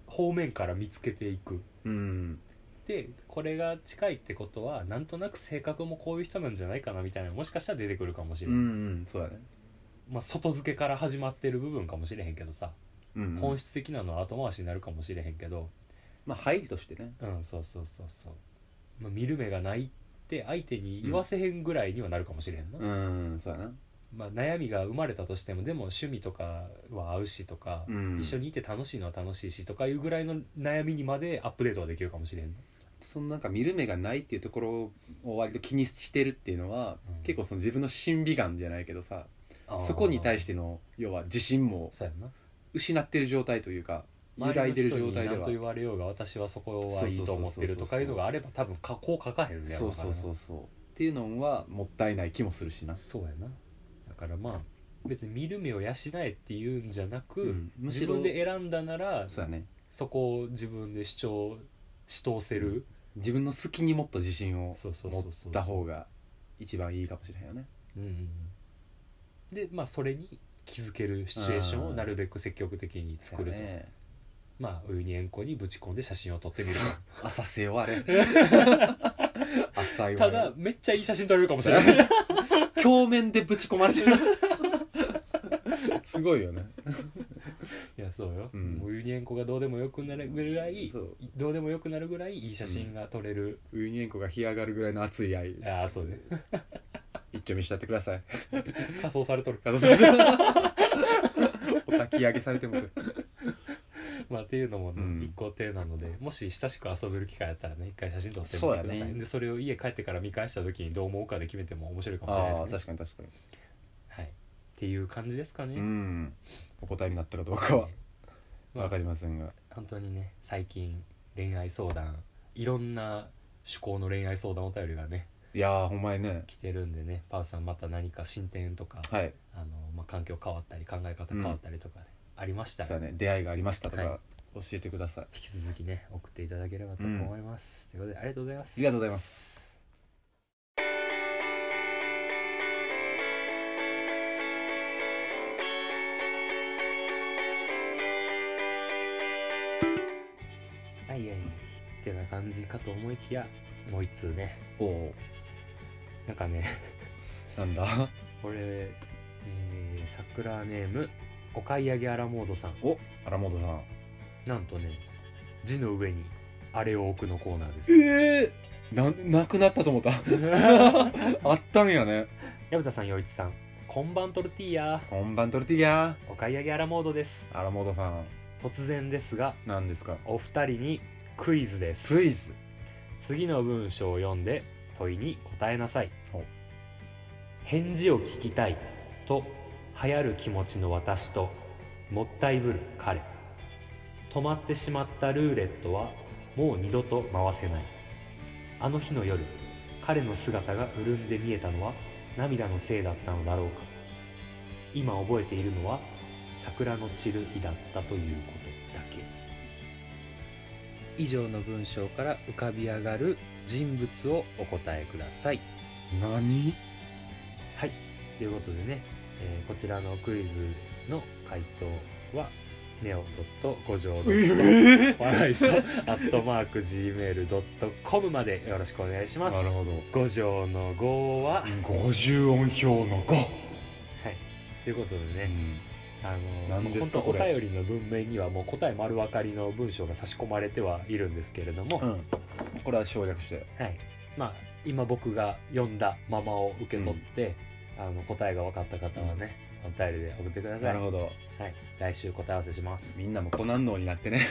Speaker 2: 方面から見つけていく
Speaker 1: うん
Speaker 2: でこれが近いってことはなんとなく性格もこういう人なんじゃないかなみたいなのもしかしたら出てくるかもし
Speaker 1: う
Speaker 2: れ
Speaker 1: ん、
Speaker 2: な
Speaker 1: う
Speaker 2: い、
Speaker 1: ん、そうだね、
Speaker 2: まあ、外付けから始まってる部分かもしれへんけど
Speaker 1: う
Speaker 2: さ、
Speaker 1: んうん
Speaker 2: 本質的なのは後回しになるかもしれへんけど
Speaker 1: まあ入りとしてね
Speaker 2: うんそうそうそうそう、まあ、見る目がないって相手に言わせへんぐらいにはなるかもしれへんな、
Speaker 1: うんそうやな
Speaker 2: まあ、悩みが生まれたとしてもでも趣味とかは合うしとか、
Speaker 1: うん
Speaker 2: 一緒にいて楽しいのは楽しいしとかいうぐらいの悩みにまでアップデートはできるかもしれんな
Speaker 1: そのなんか見る目がないっていうところを割と気にしてるっていうのは、
Speaker 2: うん
Speaker 1: 結構その自分の審美眼じゃないけどさそこに対してての要は自信も
Speaker 2: そうやんな
Speaker 1: 失ってる状態というか揺ら
Speaker 2: 周
Speaker 1: いで
Speaker 2: り
Speaker 1: る
Speaker 2: の人
Speaker 1: 状
Speaker 2: に
Speaker 1: 態で
Speaker 2: 何
Speaker 1: は
Speaker 2: と言われようが私はそこはいいと思ってるとかいうのがあれば多分かこう書かへんねや
Speaker 1: そ
Speaker 2: ろ
Speaker 1: うそうそううそうっていうのはもったいない気もするしな
Speaker 2: な、そうやなだからまあ別に見る目を養えっていうんじゃなく、
Speaker 1: うんむし
Speaker 2: 自
Speaker 1: ろ
Speaker 2: 分で選んだなら
Speaker 1: そうやね
Speaker 2: そこを自分で主張し通せる、
Speaker 1: 自分の好きにもっと自信を
Speaker 2: そうそうそ
Speaker 1: 持
Speaker 2: う
Speaker 1: っ
Speaker 2: そう
Speaker 1: た方が一番いいかもしれへんよね
Speaker 2: うんでまあそれに気づけるシチュエーションをなるべく積極的に作ると、
Speaker 1: そうやね
Speaker 2: まあお湯に塩湖にぶち込んで写真を撮ってみる
Speaker 1: 浅瀬よ あれ浅いわ
Speaker 2: た
Speaker 1: あれ
Speaker 2: だめっちゃいい写真撮れるかもしれない
Speaker 1: 鏡面でぶち込まれてる すごいよね
Speaker 2: いやそうよ、
Speaker 1: うん
Speaker 2: もうお湯に塩湖がどうでもよくなるぐらい
Speaker 1: そう
Speaker 2: どうでもよくなるぐらいいい写真が撮れる、
Speaker 1: ウユニ塩湖が干上がるぐらいの熱い愛
Speaker 2: ああ そうね
Speaker 1: 一丁見したってください
Speaker 2: 仮装されとる
Speaker 1: お 焚き上げされても
Speaker 2: まあっていうのもね、
Speaker 1: うん
Speaker 2: 一個手なのでもし親しく遊べる機会あったらね一回写真撮ってみてください
Speaker 1: そうやね
Speaker 2: でそれを家帰ってから見返した時にどう思うかで決めても面白いかもしれない
Speaker 1: ああ
Speaker 2: です
Speaker 1: 確か
Speaker 2: ね
Speaker 1: に確かに
Speaker 2: はいっていう感じですかね、
Speaker 1: うんお答えになったかどうかは
Speaker 2: まあ
Speaker 1: 分かりませんが
Speaker 2: 本当にね最近恋愛相談いろんな趣向の恋愛相談お便りがね
Speaker 1: いやーほんまやね
Speaker 2: 来てるんでねパウさんまた何か進展とか、
Speaker 1: はい
Speaker 2: あのまあ、環境変わったり考え方変わったりとかね、ありました
Speaker 1: そ
Speaker 2: ら、
Speaker 1: うやね出会いがありましたと
Speaker 2: はい
Speaker 1: か教えてくださいあ
Speaker 2: 引き続きね送っていただければと思います、ということでありがとうございます
Speaker 1: りがとうございます
Speaker 2: はいはいってな感じかと思いきやもう一通ね
Speaker 1: おお
Speaker 2: なんかね
Speaker 1: なんだ
Speaker 2: 俺、えー、桜ネームお買い上げアラモードさん
Speaker 1: お荒本さん
Speaker 2: なんとね字の上にあれを置くのコーナーです
Speaker 1: ええななくなったと 思ったあったんやね
Speaker 2: 矢田さん陽一さんこんばんトルティーヤ
Speaker 1: 本番トルティギャ
Speaker 2: お買い上げアラモードです
Speaker 1: 荒本さん
Speaker 2: 突然ですが
Speaker 1: 何ですか
Speaker 2: お二人にクイズです
Speaker 1: クイズ
Speaker 2: 次の文章を読んで問いに答えなさい
Speaker 1: ほう
Speaker 2: 返事を聞きたいと流行る気持ちの私ともったいぶる彼止まってしまったルーレットはもう二度と回せないあの日の夜彼の姿が潤んで見えたのは涙のせいだったのだろうか今覚えているのは桜の散る日だったということだけ以上の文章から浮かび上がる人物をお答えください
Speaker 1: 何
Speaker 2: はいということでね、えーこちらのクイズの回答はネオドット五条の笑いそうアットマーク Gmail.com までよろしくお願いします
Speaker 1: なるほど
Speaker 2: 五条の五は、は
Speaker 1: 五十音表の五、
Speaker 2: いということで
Speaker 1: う
Speaker 2: ね、
Speaker 1: ん、
Speaker 2: あの
Speaker 1: 何ですか
Speaker 2: もう
Speaker 1: こ
Speaker 2: 本当
Speaker 1: れ
Speaker 2: お便りの文面にはもう答え丸分かりの文章が差し込まれてはいるんですけれども、
Speaker 1: うん、これは省略して
Speaker 2: はい、まあ今僕が読んだままを受け取って、あの答えが分かった方はね、お便りで送ってくださ
Speaker 1: ないるほど
Speaker 2: はい、来週答え合わせします
Speaker 1: みんなもコナン脳になってね